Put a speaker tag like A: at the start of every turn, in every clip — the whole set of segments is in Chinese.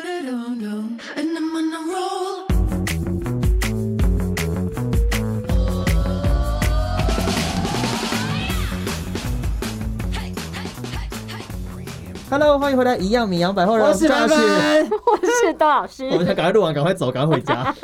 A: And I'm on a roll.
B: Hello，欢迎回来，一样米阳百货人，
C: 我是
B: 赵
C: 白班，
D: 我 是窦老师
B: 我，们才赶快录完，赶快走，赶快回 家。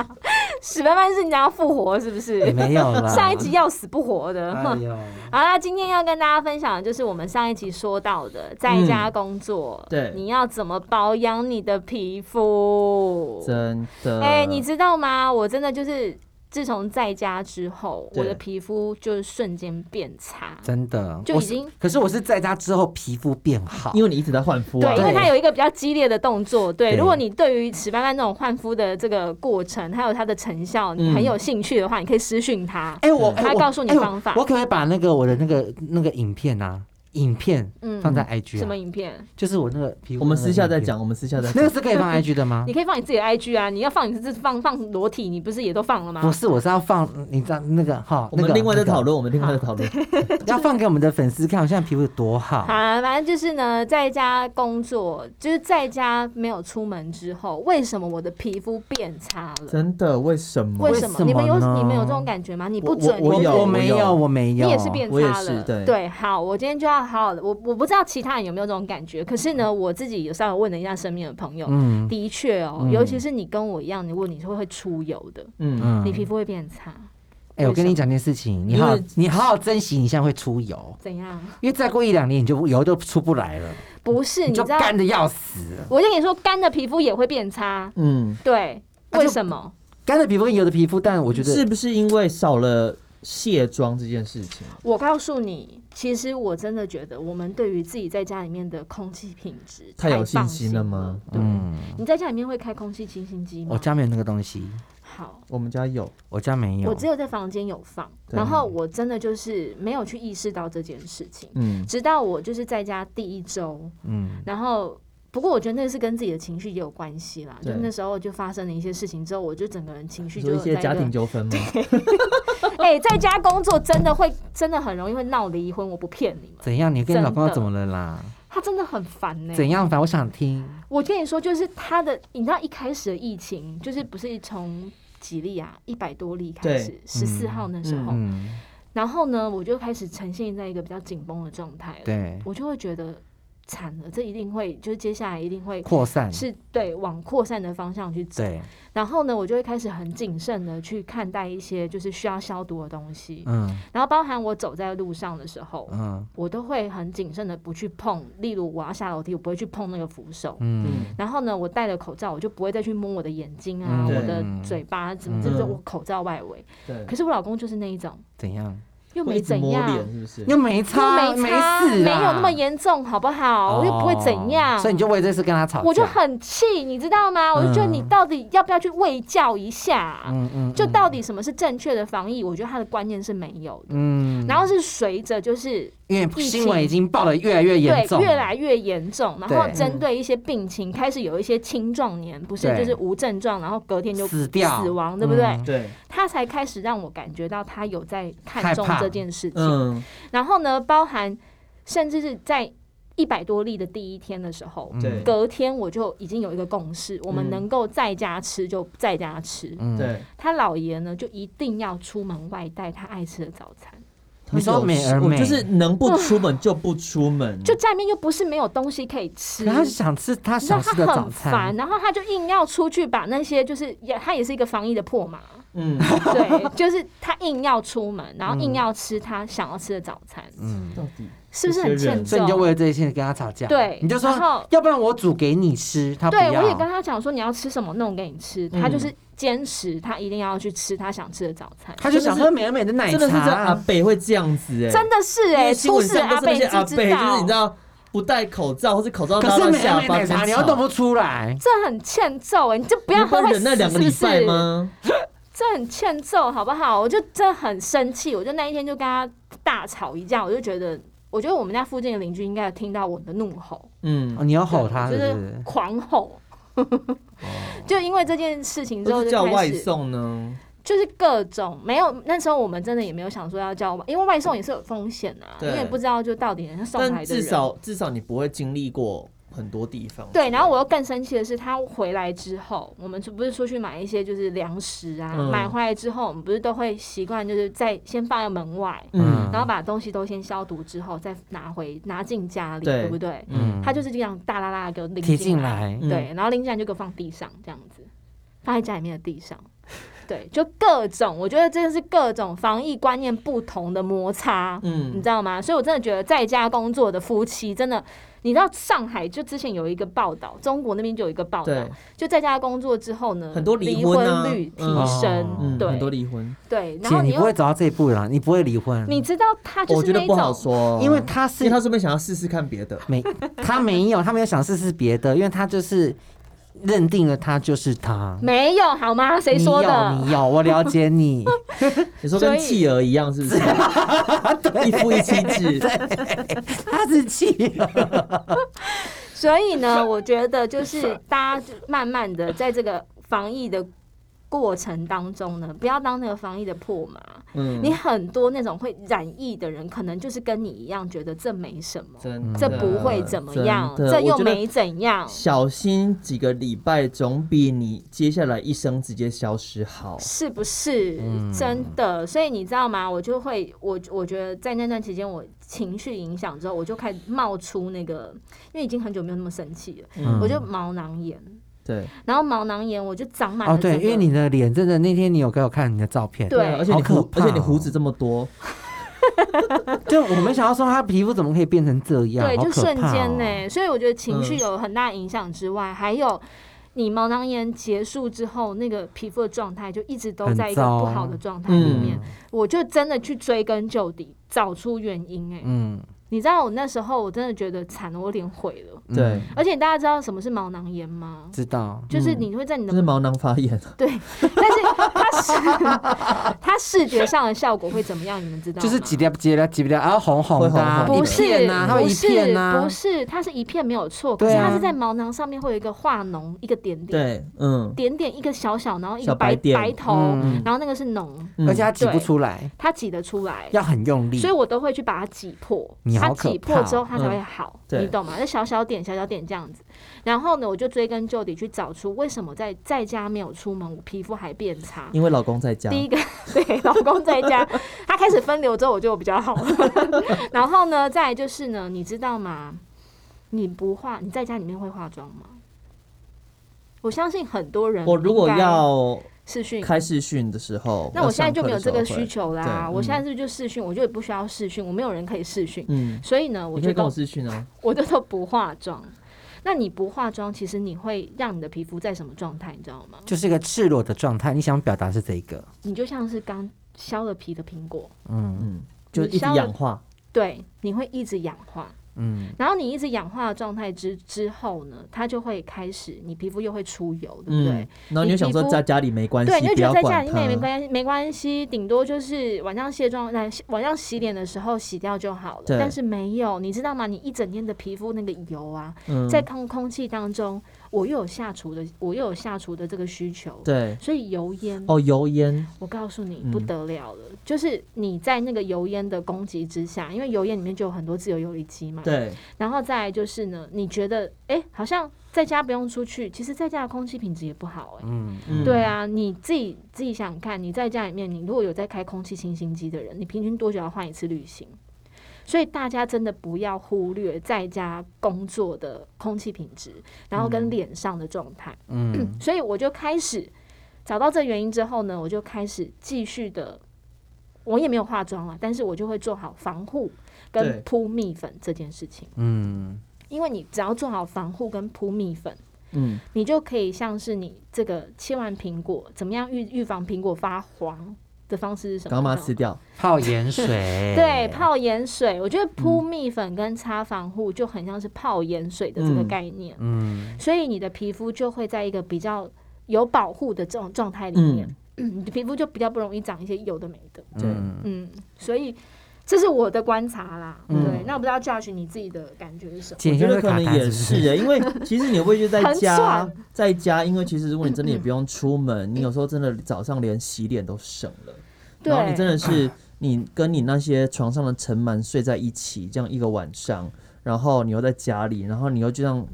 D: 史班班是你要复活是不是？
C: 没有啦，
D: 上一集要死不活的。
C: 哎呦，
D: 好啦，今天要跟大家分享的就是我们上一集说到的，在家工作，
B: 嗯对
D: 你要怎么保养你的皮肤？
B: 真的，
D: 哎、你知道吗？我真的就是自从在家之后，
B: 对
D: 我的皮肤就是瞬间变差。
C: 真的，
D: 就
C: 我
D: 已
C: 是
D: 经
C: 可是我是在家之后皮肤变好，
B: 因为你一直在换肤啊
D: 对，因，为它
C: 对
D: 有一个比较激烈的动作。对，
C: 对
D: 如果你对于史班班那种换肤的这个过程，还有它的成效，你
B: 嗯
D: 很有兴趣的话，你可以私讯他。
C: 哎、我哎
D: 他
C: 我
D: 告诉你
C: 哎我
D: 方法
C: 我可不可以把那个我的那个那个影片啊，影片
D: 嗯
C: 放在 IG 啊？
D: 什么影片？
C: 就是我那个皮肤，
B: 我们私下再，讲，我们私下再
C: 那
B: 讲
C: 个。是可以放 IG 的吗
D: 你？可以放你自己的 IG 啊，你要放你是放放裸体，你不是也都放了吗？
C: 不是，我是要放你知道那个哈，
B: 我们另外再
C: 的
B: 讨，论，我们另外再讨论。
C: 那个要放给我们的粉丝看，我现在皮肤有多好
D: 好。啦，反正就是呢，在家工作，就是在家没有出门之后，为什么我的皮肤变差了？
B: 真的，为什么
D: 为？
C: 什
D: 什
C: 么
D: 么？你们有
C: 呢
D: 你们有这种感觉吗？你不
B: 我
D: 准，
B: 我
D: 你
B: 有
C: 我
D: 不
C: 没
B: 我有
C: 有，我没
D: 你
C: 有，
D: 也是变
B: 我也
D: 差
B: 是
D: 了，
B: 对
D: 好，我今天就要好好的，我我不知道其他人有没有这种感觉，可是呢，我自己有稍微问了一下身边的朋友，
C: 嗯
D: 的确哦、
C: 嗯
D: 尤其是你跟我一样，你问你是会出油的，
B: 嗯，
C: 嗯
D: 你皮肤会变差，
C: 哎、我跟
D: 为什
C: 你
D: 么
C: 讲件事情，你
B: 因
C: 好
B: 为，
C: 你好好珍惜，你现在会出油，
D: 怎样？
C: 因为再过一两年你就油都出不来了，
D: 不是，
C: 你
D: 你知
C: 就
D: 道，
C: 干的要死了。
D: 我跟你说，干的皮肤也会变差，
B: 嗯，
D: 对，
C: 啊就
D: 为什么？
C: 干的皮肤跟油的皮肤，但我觉得
B: 是不是因为少了卸妆这件事情？
D: 我告诉你，其实我真的觉得，我们对于自己在家里面的空气品质
B: 太有信
D: 放
B: 心
D: 心
B: 了吗哦
D: 对，
C: 嗯，
D: 你在家里面会开空气清新机
C: 我
D: 吗？
C: 家没有那个东西，
D: 好，
B: 我们家有，
C: 我家没有。
D: 我只有在房间有放，
B: 对
D: 然后我真的就是没有去意识到这件事情，
B: 嗯，
D: 直到我就是在家第一周，
C: 嗯，
D: 然后。不过我觉得那是跟自己的情绪也有关系啦，就
B: 对
D: 那时候就发生了一些事情之后，我就整个人情绪
B: 你
D: 就
B: 说一
D: 在
B: 些
D: 个
B: 家庭纠纷吗？
D: 哎、在家工作真的会，真的很容易会闹离婚，我不骗你们，
C: 怎样？你跟你老公
D: 真的
C: 怎么了啦？
D: 他真的很烦呢、
C: 怎样？反正我想听。
D: 我跟你说，就是他的，你知道一开始的疫情，就是不是从几例啊，一百多例开始，十四号那时候，
C: 嗯，
D: 然后呢，我就开始呈现在一个比较紧绷的状态了，
C: 对，
D: 我就会觉得惨了，这一定会，就是接下来一定会
C: 扩散。
D: 是对往扩散的方向去走，
C: 对，
D: 然后呢，我就会开始很谨慎的去看待一些就是需要消毒的东西，
C: 嗯
D: 然后包含我走在路上的时候，
C: 嗯
D: 我都会很谨慎的不去碰，例如我要下楼梯，我不会去碰那个扶手。
C: 嗯，
D: 然后呢，我戴了口罩，我就不会再去摸我的眼睛啊、
C: 嗯
D: 我
B: 对
D: 的
C: 嗯
D: 嘴巴，啊怎
C: 嗯
D: 么这种我口罩外围。
B: 对，
D: 可是我老公就是那一种，
C: 怎样？
D: 又
B: 会一
D: 没
B: 直
D: 怎
B: 摸
D: 样，
B: 脸是不是？
C: 又没
D: 又
C: 差，
D: 没差，
C: 事啦，
D: 有那么严重，好不好？我又不会怎样。
C: 哦所以你就为这事跟他吵架。
D: 我就很气，你知道吗？我就觉得你到底要不要去喂教一下？
C: 嗯嗯，
D: 就到底什么是正确的防疫？我觉得他的观念是没有的。
C: 嗯，
D: 然后是随着就是
C: 因为
D: 情
C: 新闻已经报的越来越严重，
D: 对，越来越严重。然后
C: 对
D: 针对一些病情，开始有一些青壮年，不是
C: 对
D: 就是无症状，然后隔天就
C: 死掉
D: 死亡，对不对？
C: 嗯
B: 对，
D: 他才开始让我感觉到他有在看重
C: 害怕
D: 这件事情。
B: 嗯，
D: 然后呢，包含甚至是在一百多例的第一天的时候。
C: 嗯
B: 对
D: 隔天我就已经有一个共识，我们能够在家吃就在家吃。
C: 嗯，
B: 对。
D: 他老爷呢，就一定要出门外带他爱吃的早餐。
B: 他
C: 你说
B: 有
C: 美
B: 事
C: 而
B: 我
C: 美
B: 就是能不出门就不出门，
D: 啊就家里面又不是没有东西可以吃，
C: 可他是想吃他
D: 你知道
C: 想
D: 他
C: 吃的早
D: 很
C: 餐
D: 烦，，然后他就硬要出去把那些就是也他也是一个防疫的 破马，
B: 嗯，
D: 对，就是他硬要出门，然后硬
C: 嗯
D: 要吃他想要吃的早餐，
C: 嗯，
B: 到底
D: 是不是
B: 有
D: 很
B: 些人
D: 欠
C: 所以你就
D: 揍？啊
C: 为了这些跟他吵架，
D: 对
C: 你就
D: 然
C: 说
D: 后，
C: 要不然我煮给你吃，他不
D: 对，我也
C: 要，
D: 跟他讲说你要吃什么弄给你吃，他就是坚持他一定要去吃他想吃的早餐，
C: 他就想喝美而美的奶
B: 真的是这啊样阿
C: 茶，
B: 北会这样子哎、
D: 真的是哎、
B: 因为新
D: 出
B: 闻
D: 事
B: 上都
D: 阿
B: 是那
D: 贝
B: 些阿
D: 知
B: 贝，就是你
D: 知
B: 知
D: 道，
B: 道不戴口罩或是口罩
C: 可
B: 拉
C: 是
B: 到
C: 美而
B: 下
C: 美
B: 巴
C: 奶
B: 边
C: 茶
B: 吵，
C: 你又动不出来，
D: 这很欠揍哎、你就不
B: 不
D: 要喝会
B: 忍耐
D: 死
B: 两个
D: 是不
B: 礼拜
D: 是？
B: 吗？
D: 这很欠揍，好不好？我就真的很生气，我就那一天就跟他大吵一架，我就觉得，我觉得我们家附近的邻居应该有听到我的怒吼，
B: 嗯，
C: 哦你要吼他
D: 对
C: 是
D: 我
C: 不
D: 就是是？ 狂吼。就因为这件事情之
B: 都
D: 后
B: 哦是
D: 就
B: 叫
D: 开
B: 外
D: 始，
B: 送呢，
D: 就是各种没有，那时候我们真的也没有想说要叫外，因为外送也是有风险啊，因
B: 对
D: 为不知道就到底人家送来的
B: 但
D: 人。
B: 至少至少你不会经历过很多地方。
D: 对，然后我又更生气的是，他回来之后，我们是不是出去买一些就是粮食啊？
B: 嗯
D: 买回来之后，我们不是都会习惯就是在先放在门外，
B: 嗯
D: 然后把东西都先消毒之后再拿回拿进家里，
B: 对
D: 不对？
B: 嗯，
D: 他就是这样大拉拉地给我拎
C: 提进
D: 来，
C: 来，
B: 嗯
D: 对，然后拎进来就给我放地上，这样子放在家里面的地上。对，就各种，我觉得这是各种防疫观念不同的摩擦。你
B: 嗯
D: 知道吗？所以我真的觉得在家工作的夫妻真的，你知道上海就之前有一个报道，中国那边就有一个报道
C: 哦
B: 对，，
D: 就在家工作之后呢，
B: 很多
D: 离
B: 离婚啊
D: 率提
B: 嗯
D: 升，
B: 嗯，很多
D: 对
B: 离婚，
D: 对，然
C: 姐
D: 后
C: 你
D: 你
C: 不会
D: 又
C: 走到这一步啦，你不会离婚，
D: 你知道他就
B: 我
D: 是
B: 觉
D: 那
B: 得不好
D: 种。
B: 说，
C: 因为他
B: 因为
C: 是
B: 他说不定想要试试看别的，
C: 没，他没有，他没有想试试别的，因为他就是认定了他就是他。
D: 没有好吗？谁说
C: 你有，
D: 的？
C: 你有，我了解 你。
B: 你说跟
D: 所以
B: 企鹅一样是不 是？一夫一妻制，
C: 他是气了，
D: 所以 呢，我觉得就是大家就慢慢的在这个防疫的过程当中呢，不要当那个防疫的破麻。
B: 嗯，
D: 你很多那种会染疫的人，可能就是跟你一样，觉得这没什么。
B: 真的
D: 这不会怎么样，
B: 真的
D: 这又
B: 我觉得
D: 没怎样。
B: 小心几个礼拜，总比你接下来一生直接消失好。
D: 是不是、
B: 嗯
D: 真的？所以你知道吗？我就会，我我觉得在那段期间，我情绪影响之后，我就开始冒出那个，因为已经很久没有那么生气了，
B: 嗯
D: 我就毛囊炎，
B: 对
D: 然后毛囊炎我就长满了
C: 哦，对，
D: 整个
C: 因为你的脸真的那天你有给我看你的照片，
D: 对
B: 啊而且你
C: 好可
B: 胡，
C: 怕
B: 而
C: 哦
B: 且你 胡子这么多，
C: 就我没想到说他皮肤怎么可以变成这样，
D: 对，
C: 好
D: 就
C: 可
D: 瞬
C: 怕
D: 间
C: 哦
D: 呢、所以我觉得情绪
B: 嗯
D: 有很大影响之外，还有你毛囊炎结束之后，那个皮肤的状态就一直都
C: 很
D: 在一个
C: 糟
D: 不好的状态里面
B: 嗯，
D: 我就真的去追根究底，找出原因、欸。哎、
C: 嗯，
D: 你知道我那时候我真的觉得惨了，我脸毁了。
C: 嗯
B: 对，
D: 而且大家知道什么是毛囊炎吗？
C: 知道，
D: 就是你会在你的、
B: 就是毛囊发炎。
D: 对，但是它视 它视觉上的效果会怎么样？你们知道吗？
C: 就是几粒几粒几粒，然后红红的啊，
B: 会红红
D: 不
B: 的
D: 是
C: 一片啊，它会
D: 不
C: 一
D: 是
C: 片啊
D: 不，是，它是一片没有错，可
C: 对
D: 是
C: 啊
D: 它是在毛囊上面会有一个化脓一个点点，
B: 对，嗯，
D: 点点一个小小，然后一个
B: 小白
D: 白
B: 点
D: 白头，
C: 嗯
D: 然后那个是脓，
B: 嗯
C: 而且它挤不
D: 对
C: 出来，
D: 它挤得出来。
C: 要很用力
D: 所以，我都会去把它挤破
C: 你，
D: 它
C: 好可
D: 挤破之后
C: 怕嗯
D: 它才会好，
B: 对
D: 你懂吗？那小小点、小小点这样子。然后呢，我就追根究底去找出为什么在在家没有出门，我皮肤还变差。
B: 因为老公在家，
D: 第一个， 对，老公在家，他开始分流之后，我就比较好了。 然后呢，再来就是呢，你知道吗？你不化，你在家里面会化妆吗？我相信很多人，
B: 我如果要
D: 视讯，
B: 开视讯的时候，
D: 嗯那我现在就没有这个
B: 要上课
D: 需
B: 的时候
D: 求
B: 对
D: 啦。
B: 嗯
D: 我现在是不是就视讯，我就也不需要视讯，我没有人可以视讯
B: 会。，嗯，
D: 所以呢，我
B: 你可
D: 就
B: 以跟
D: 都
B: 我视讯啊，
D: 我就都不化妆。那你不化妆，其实你会让你的皮肤在什么状态，你知道吗？
C: 就是一个赤裸的状态。你想表达是这个，
D: 你就像是刚削了皮的苹果，
C: 嗯
B: 嗯，就
D: 你
B: 一直
D: 稍微
B: 氧化，
D: 对，你会一直氧化。
C: 嗯
D: 然后你一直氧化的状态之之后呢，它就会开始，你皮肤又会出油，对不嗯对？，
B: 嗯然后你就想说在家里没关系
D: 对，你，就
B: 不
D: 觉
B: 要
D: 得在家
B: 管
D: 里
B: 它，
D: 面没关系，没关系，顶多就是晚上卸妆，来晚上洗脸的时候洗掉就好了。
B: 对
D: 但是没有，你知道吗？你一整天的皮肤那个油啊，
B: 嗯
D: 在空空气当中，我又有下厨的，我又有下厨的这个需求，
B: 对，
D: 所以油烟，
B: 哦，油烟，
D: 我告诉你
B: 嗯
D: 不得了了，就是你在那个油烟的攻击之下，因为油烟里面就有很多自由游离基嘛，
B: 对，
D: 然后再来就是呢，你觉得哎、诶好像在家不用出去，其实在家的空气品质也不好哎、诶
C: 嗯，
B: 嗯
D: 对，啊，你自己自己想想看，你在家里面，你如果有在开空气清新机的人，你平均多久要换一次滤芯？所以大家真的不要忽略在家工作的空气品质，然后跟脸上的状态。
C: 嗯
D: 所以我就开始找到这原因之后呢，我就开始继续的，我也没有化妆啊，但是我就会做好防护
B: 对
D: 跟铺蜜粉这件事情。
C: 嗯，
D: 因为你只要做好防护跟铺蜜粉，
B: 嗯，
D: 你就可以像是你这个切完苹果，怎么样预预防苹果发黄的方式是什么？，
B: 赶快把它吃掉，
C: 泡盐水
D: 对，泡盐水，我觉得铺蜜粉跟擦防护就很像是泡盐水的这个
B: 嗯
D: 概念，
C: 嗯，
D: 所以你的皮肤就会在一个比较有保护的这种状态里面
B: 嗯，，
D: 你的皮肤就比较不容易长一些有的没的。
B: 对，
C: 嗯
D: 嗯，所以这是我的观察啦。
C: 嗯
D: 对，那我不知道 Josh 你自己的感觉是什么？
C: 姐
B: 我
C: 姐
B: 觉得
C: 会
B: 可
C: 卡
B: 能
C: 痰
B: 也
C: 是不
B: 是耶，因为其实你会觉得在
D: 很
B: 家
D: 爽，嗯
B: 在家，因为其实如果你真的也不用出门，你有时候真的早上连洗脸都省了，然后你真
D: 对，
B: 的是你跟你那些床上的尘螨睡在一起，这样一个晚上，然后你又在家里，然后你又这样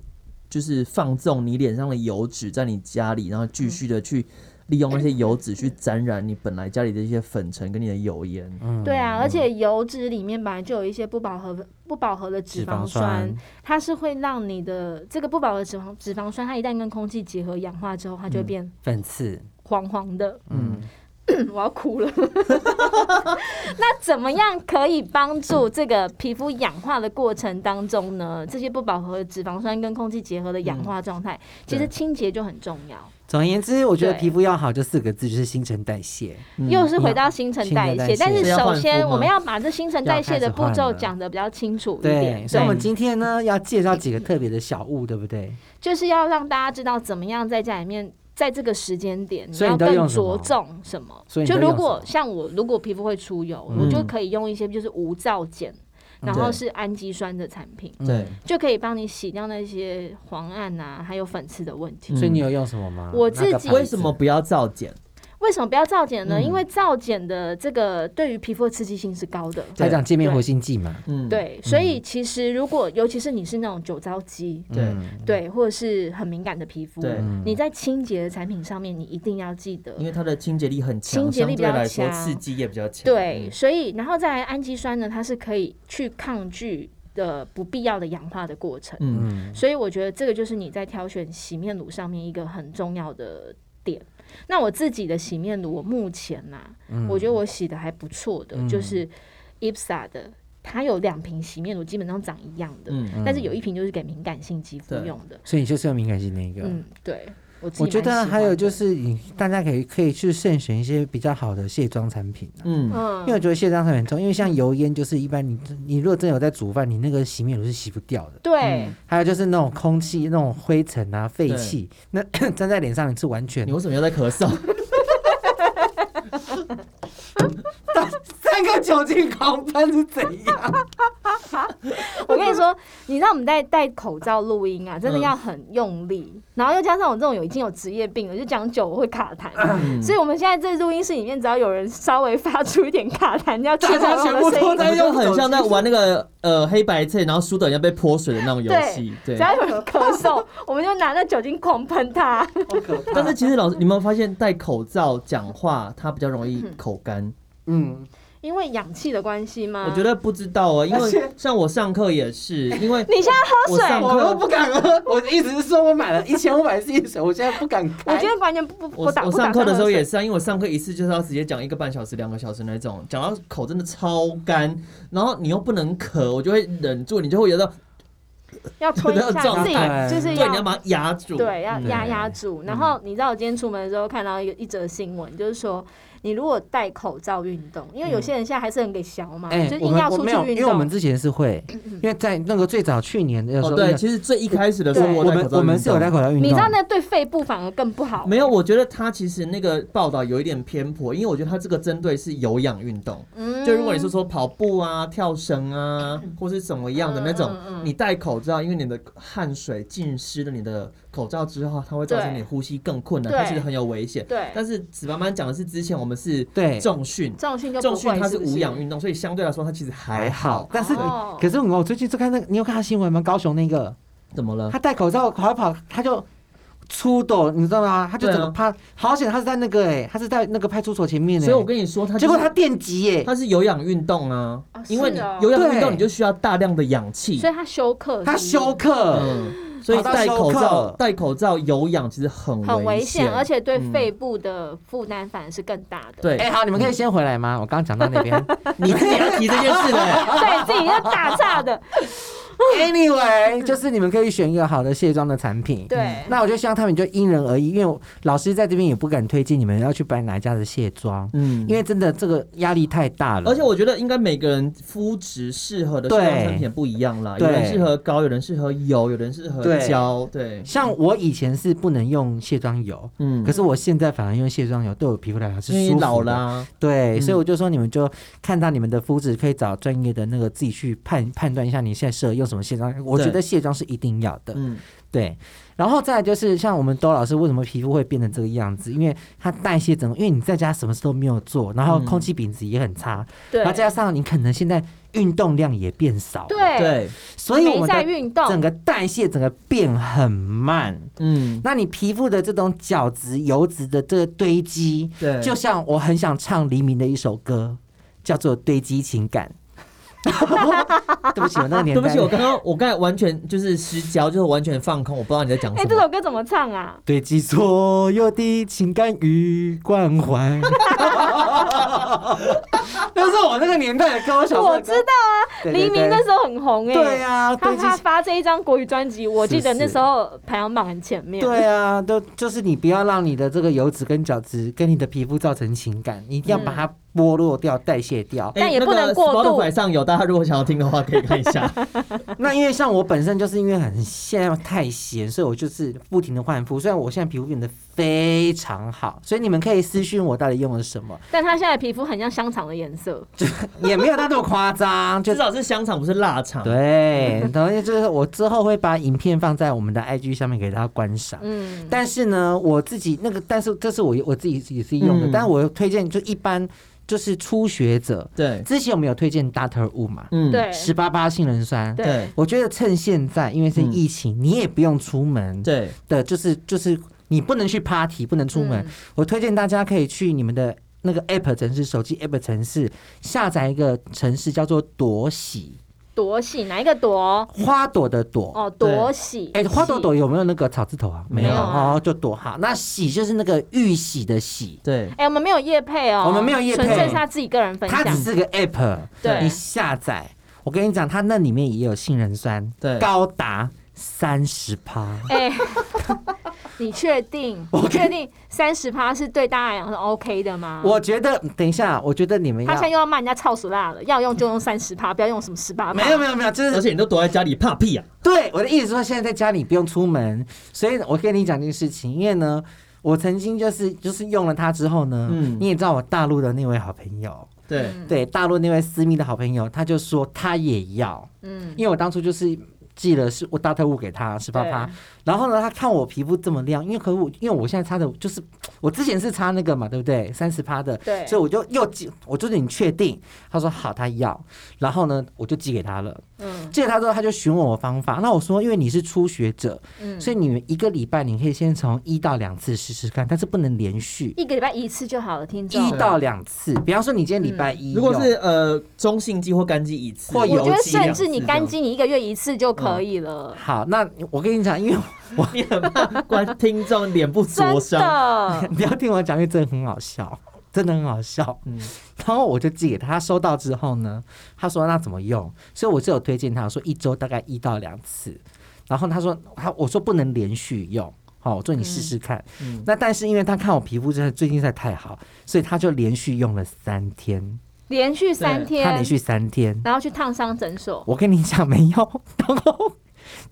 B: 就是放纵你脸上的油脂在你家里，然后
D: 嗯
B: 继续的去利用那些油脂去沾染你本来家里的一些粉尘跟你的油烟。
C: 嗯
D: 对啊，而且油脂里面本来就有一些不饱和不饱和的脂
C: 脂
D: 肪
C: 肪
D: 酸
C: 酸，，
D: 它是会让你的这个不饱和脂肪脂肪酸，它一旦跟空气结合氧化之后，它就会变
C: 粉刺，
D: 黄黄的。
C: 嗯，
D: 我要哭了。 那怎么样可以帮助这个皮肤氧化的过程当中呢？这些不饱和脂肪酸跟空气结合的氧化状
C: 嗯
D: 态，其实
B: 对
D: 清洁就很重要。
C: 总而言之，我觉得
D: 对
C: 皮肤要好就四个字，就是新陈代谢。
B: 嗯
D: 又是回到新陈代谢，
C: 新陈代谢
D: 但是首先我们
B: 要
D: 要把这新陈代谢的步骤讲的比较清楚一点，
C: 对，所以我们
D: 对，
C: 今天呢要介绍几个特别的小物，对不对？
D: 就是要让大家知道怎么样在家里面。在这个时间点，你
C: 所以
D: 要
C: 你都用
D: 更
C: 什么
D: 着重什么？
C: 所以你
D: 就
C: 都
D: 如
C: 用
D: 果
C: 什么
D: 像我，如果皮肤会出油，
C: 嗯
D: 我就可以用一些就是无皂碱，然后
B: 对
D: 是氨基酸的产品，
B: 对，
D: 就可以帮你洗掉那些黄暗啊，还有粉刺的问题。
B: 嗯
C: 所以你有用什么吗？
D: 我自己
C: 那个牌子
B: 为什么不要造碱？
D: 为什么不要皂碱呢？
C: 嗯
D: 因为皂碱的这个对于皮肤的刺激性是高的。
C: 他讲界面活性剂嘛？
B: 嗯，
D: 对，所以其实如果尤其是你是那种酒糟肌，
B: 对
C: 嗯
D: 对，或者是很敏感的皮肤，
B: 对
D: 你在清洁的产品上面，你一定要记得
B: 因。为它的清洁力很强，
D: 清洁力比较
B: 相对来说
D: 强
B: 刺激也比较强。嗯
D: 对，
C: 嗯
D: 所以然后再来氨基酸呢，它是可以去抗拒的不必要的氧化的过程。
B: 嗯，嗯，
D: 所以我觉得这个就是你在挑选洗面乳上面一个很重要的点。那我自己的洗面乳，我目前呐、
C: 嗯
D: 我觉得我洗的还不错的，就是 IPSA 的，它有两瓶洗面乳，基本上长一样的，
B: 嗯
D: 但是有一瓶就是给敏感性肌肤
B: 对
D: 用的。
C: 所以你就是用敏感性那个。
D: 嗯，对，我自己
C: 我觉
D: 蛮
C: 得
D: 喜
C: 还有
D: 欢的
C: 就是，你大家可以可以去慎选一些比较好的卸妆产品、啊、
B: 嗯，
D: 嗯
C: 因为我觉得卸妆产品很重要，因为像油烟就是一般你你如果真的有在煮饭，你那个洗面乳是洗不掉的。
D: 对，
C: 还有就是那种空气、那种灰尘啊、废气，那 粘在脸上你是完全
B: 你为什么又在咳嗽？
C: 三个酒精狂喷是怎样？
D: 我跟你说，你知道我们在戴口罩录音啊，真的要很用力，
B: 嗯
D: 然后又加上我这种有已经有职业病了，就讲久我会卡 痰，嗯
B: 嗯
D: 所以我们现在这录音室里面，只要有人稍微发出一点卡痰， 要切断我们的声
C: 大
D: 音
C: 家。
B: 那就很像在玩那个呃黑白菜，然后输的人要被泼水的那种游戏。对
D: 只，要有人咳 嗽，我们就拿那酒精狂喷他。
B: 但是其实老师，你有没有发现戴口罩讲话，它比较容易口干？
C: 嗯，
D: 因为氧气的关系吗？
B: 我觉得不知道啊，因
C: 而
B: 为
C: 且
B: 像我上课也 是，因为
D: 你现在喝
B: 我上
D: 水，
B: 课
C: 都不敢喝。我的意思是说我买了一千五百 CC 水，我现在不敢
D: 我
C: 开
D: 觉得完全不不
B: 我
D: 不打
B: 我
D: 不打
B: 上课的时候也
D: 算
B: 是啊，因为我上课一次就是要直接讲一个半小时、两个小时那种，讲到口真的超干，然后你又不能咳，我就会忍住，你就会觉得
D: 喝水要吞一
B: 这
D: 下，
B: 种
D: 自己
C: 态
D: 就是
B: 对，
D: 要
B: 你要把它压住。
D: 对，要压
C: 对
D: 压住。然后你知道，我今天出门的时候看到一个一则新闻，就是说，你如果戴口罩运动，因为有些人现在还是很给小嘛，
C: 哎、
D: 啊就
C: 我
D: 硬
C: 们
D: 要
C: 我
D: 出
C: 没
D: 去
C: 有，因为
D: 运
C: 我们
D: 动。嗯
C: 之前是会，因为在那个最早去年的时候，
B: 哦，对，其实最一开始的时候，
D: 对
B: 我
C: 我
B: 戴
C: 们
B: 口罩
C: 我们是有
B: 运动
C: 戴口罩运动，
D: 你知道那对肺部反而更不好。
B: 没有，，我觉得他其实那个报道有一点偏颇，因为我觉得他这个针对是有氧运动，
D: 嗯
B: 就如果你是说跑步啊、跳绳 啊，或是什么样的那
D: 嗯
B: 种，你戴口罩，因为你的汗水浸湿了你的口罩之后，它会造成
D: 对
B: 你呼吸更困难，
D: 对
B: 它其实很有危险。
D: 对
B: 但是子班班讲的是之前我们是
C: 对
B: 重训，
D: 重训就
B: 重
D: 不
B: 训
D: 会，
B: 它
D: 是不
B: 无氧
D: 是？
B: 运动，所以相对来说它其实还
C: 还好
B: 好，。
C: 但是你、
D: 哦
C: 可是我最近就看那个，你有看到新闻吗？高雄那个，
B: 怎么了
C: 他？戴口罩跑一跑，他就出抖，你知道吗？他就
B: 对啊
C: 整个趴，好险他是在那个哎、他是在那个派出所前面哎、
B: 所以我跟你说，它
C: 结果
B: 就是
C: 他电击欸耶、
B: 它是有氧运动啊
D: 哦，
B: 因为
D: 是
B: 你
D: 哦
B: 有氧运动
C: 对
B: 你就需要大量的氧气，
D: 所以他休克，
C: 他休。克，
B: 嗯，所以
C: 跑到
B: 戴
C: 休
B: 口
C: 克
B: 罩戴口罩有氧其实很
D: 很危
B: 险，
D: 险，啊而且对
B: 嗯
D: 肺部的负担反而是更大的。
B: 对
C: 哎、好，你们可以先回来吗？我刚刚讲到那边，
B: 你自己要提这件事了。
D: 对，自己要打岔的。
C: Anyway，就是你们可以选一个好的卸妆的产品。
D: 对
C: 那我就希望他们就因人而异，因为我老师在这边也不敢推荐你们要去买哪一家的卸妆，
B: 嗯
C: 因为真的这个压力太大了。
B: 而且我觉得应该每个人肤质适合的
C: 对
B: 卸妆产品不一样啦，有
C: 对
B: 人适合膏，有人适合油，有人适合
C: 对
B: 胶，对，
C: 像我以前是不能用卸妆油，
B: 嗯
C: 可，是我现在反而用卸妆油对我皮肤来讲是
B: 因为
C: 舒
B: 你
C: 服
B: 老
C: 的
B: 啦、。
C: 对，
B: 嗯
C: 所以我就说你们就看到你们的肤质，可以找专业的那个自己去判判断一下你现在适合用什么卸妆。我觉
B: 对
C: 得卸妆是一定要的，
B: 嗯，
C: 对。然后再来就是像我们周老师为什么皮肤会变成这个样子，因为它代谢整个，因为你在家什么事都没有做，然后
B: 嗯
C: 空气品质也很差，
D: 对
C: 然后再加上你可能现在运动量也变少，，
D: 对，
B: 对，
C: 所以我
D: 没
C: 们
D: 在
C: 的
D: 运
C: 整
D: 动，
C: 个代谢整个变很慢。
B: 嗯，
C: 那你皮肤的这种角质、油脂的这个堆积，
B: 对，
C: 就像我很想唱黎明的一首歌，叫做《堆积情感》。 对不起，我那个年代，
B: 对不起，我刚刚我刚才完全就是失焦，就是完全放空，我不知道你在讲
D: 哎、
B: 什
D: 这
B: 么。
D: 首歌怎么唱啊？
C: 堆积所有的情感与关怀。 那是我那个年代的歌，我小时候
D: 我
C: 的
D: 知
C: 歌
D: 道啊，
C: 对对
D: 黎明
C: 对
D: 那时候很红哎、
C: 对啊，
D: 他
C: 堆积
D: 他发这一张国语专辑，我记得
C: 是
D: 那
C: 是
D: 时候排行榜很前面。
C: 对啊，都就是你不要让你的这个油脂跟角质跟你的皮肤造成情感，你一定要把它
D: 嗯
C: 剥落掉、代谢掉。
B: 哎
D: 但也不能
B: 那个
D: 过度
B: Spotify 上有，大家如果想要听的话，可以看一 下。
C: 那因为像我本身就是因为很现在太闲，所以我就是不停的换肤。虽然我现在皮肤变得非常好，所以你们可以私讯我到底用了什么，
D: 但他现在皮肤很像香肠的颜色，
C: 也没有到那么夸张， 就
B: 至
C: 是。
B: 少是香肠，不是腊
D: 啊
B: 肠。
C: 对， 然后就是我之后会把影片放在我们的 IG 上面给大家观赏。
D: 嗯，
C: 但是呢，我自己那个，但是这是我我自己也是用的，
B: 嗯
C: 但我推荐就一般就是初学者，
B: 对，
C: 之前我们有推荐 Doctor Wu 嘛，
B: 嗯，
D: 对
C: 十八八杏仁酸，
D: 对
B: 对
C: 我觉得趁现在，因为是疫情，你也不用出门，
B: 对，
C: 的，就是就是你不能去 party，不能出门。
D: 嗯
C: 我推荐大家可以去你们的那个 app 城市，手机 app 城市下载一个城市叫做朵喜，
D: 朵喜哪一个朵？
C: 花朵的朵。
D: 哦，
B: 对
D: 朵喜。
C: 哎、花朵朵有没有那个草字头啊？
B: 没
D: 有
C: 哦，就朵哈。那喜就是那个玉玺的喜，
B: 对，
D: 哎、我们没有叶配哦，
C: 我们没有业配
D: 纯粹是他自己个人分
C: 它
D: 享
C: 只。是个 app，
D: 对
C: 你下载。我跟你讲，它那里面也有杏仁酸，
B: 对
C: 高达三十趴。
D: 哎、 你确 定？你确定三十趴是对大家来讲是 OK 的吗？
C: 我觉得，等一下，我觉得你们
D: 他
C: 要
D: 现在又要骂人家操死辣了，要用就用三十趴，不要用什么十八趴。
C: 没有没有没有，就是
B: 而且你都躲在家里怕屁啊！
C: 对，我的意思是说，现在在家里不用出门，所以我跟你讲这件事情，因为呢，我曾经就是就是用了它之后呢，
B: 嗯
C: 你也知道我大陆的那位好朋友，
B: 对，
D: 嗯
C: 对大陆那位私密的好朋友，他就说他也要，
D: 嗯，
C: 因为我当初就是寄了是我大特务给他十八趴
D: 对，
C: 然后呢，他看我皮肤这么亮，因为可我因为我现在擦的就是我之前是擦那个嘛，对不对？三十趴的，
D: 对
C: 所以我就又寄，我就是你确定？他说好，他要，然后呢，我就寄给他了。
D: 嗯
C: 寄给他之后，他就询问我方法，那我说因为你是初学者，
D: 嗯，
C: 所以你们一个礼拜你可以先从一到两次试试看，但是不能连续。
D: 一个礼拜一次就好了，听众
C: 一。到两次，比方说你今天礼拜
D: 嗯
C: 一
B: 如果
C: 用
B: 是呃中性肌或干肌一次，
C: 或
D: 我
C: 油
D: 觉
B: 油
D: 得
B: 肌
D: 甚
B: 两
D: 至
B: 次
D: 你
B: 这
D: 干
B: 样
D: 肌，你一个月一次就可以了，
C: 好，那我 跟你讲，因为。
B: 你很怕观听众脸部
D: 真
B: 灼伤。
D: 的
C: 你要听我讲，因为真的很好 笑，真的很好笑。
B: 嗯
C: 然后我就寄给他，他收到之后呢，他说那怎么用？所以我是有推荐他说一周大概一到两次。然后他说他我说不能连续用，好、我说你试试看。
B: 嗯，
C: 那但是因为他看我皮肤真的最近实在太好，所以他就连续用了三天，
D: 连续三天，
C: 他连续三天。
D: 然后去烫伤诊所，
C: 我跟你讲没有， 然后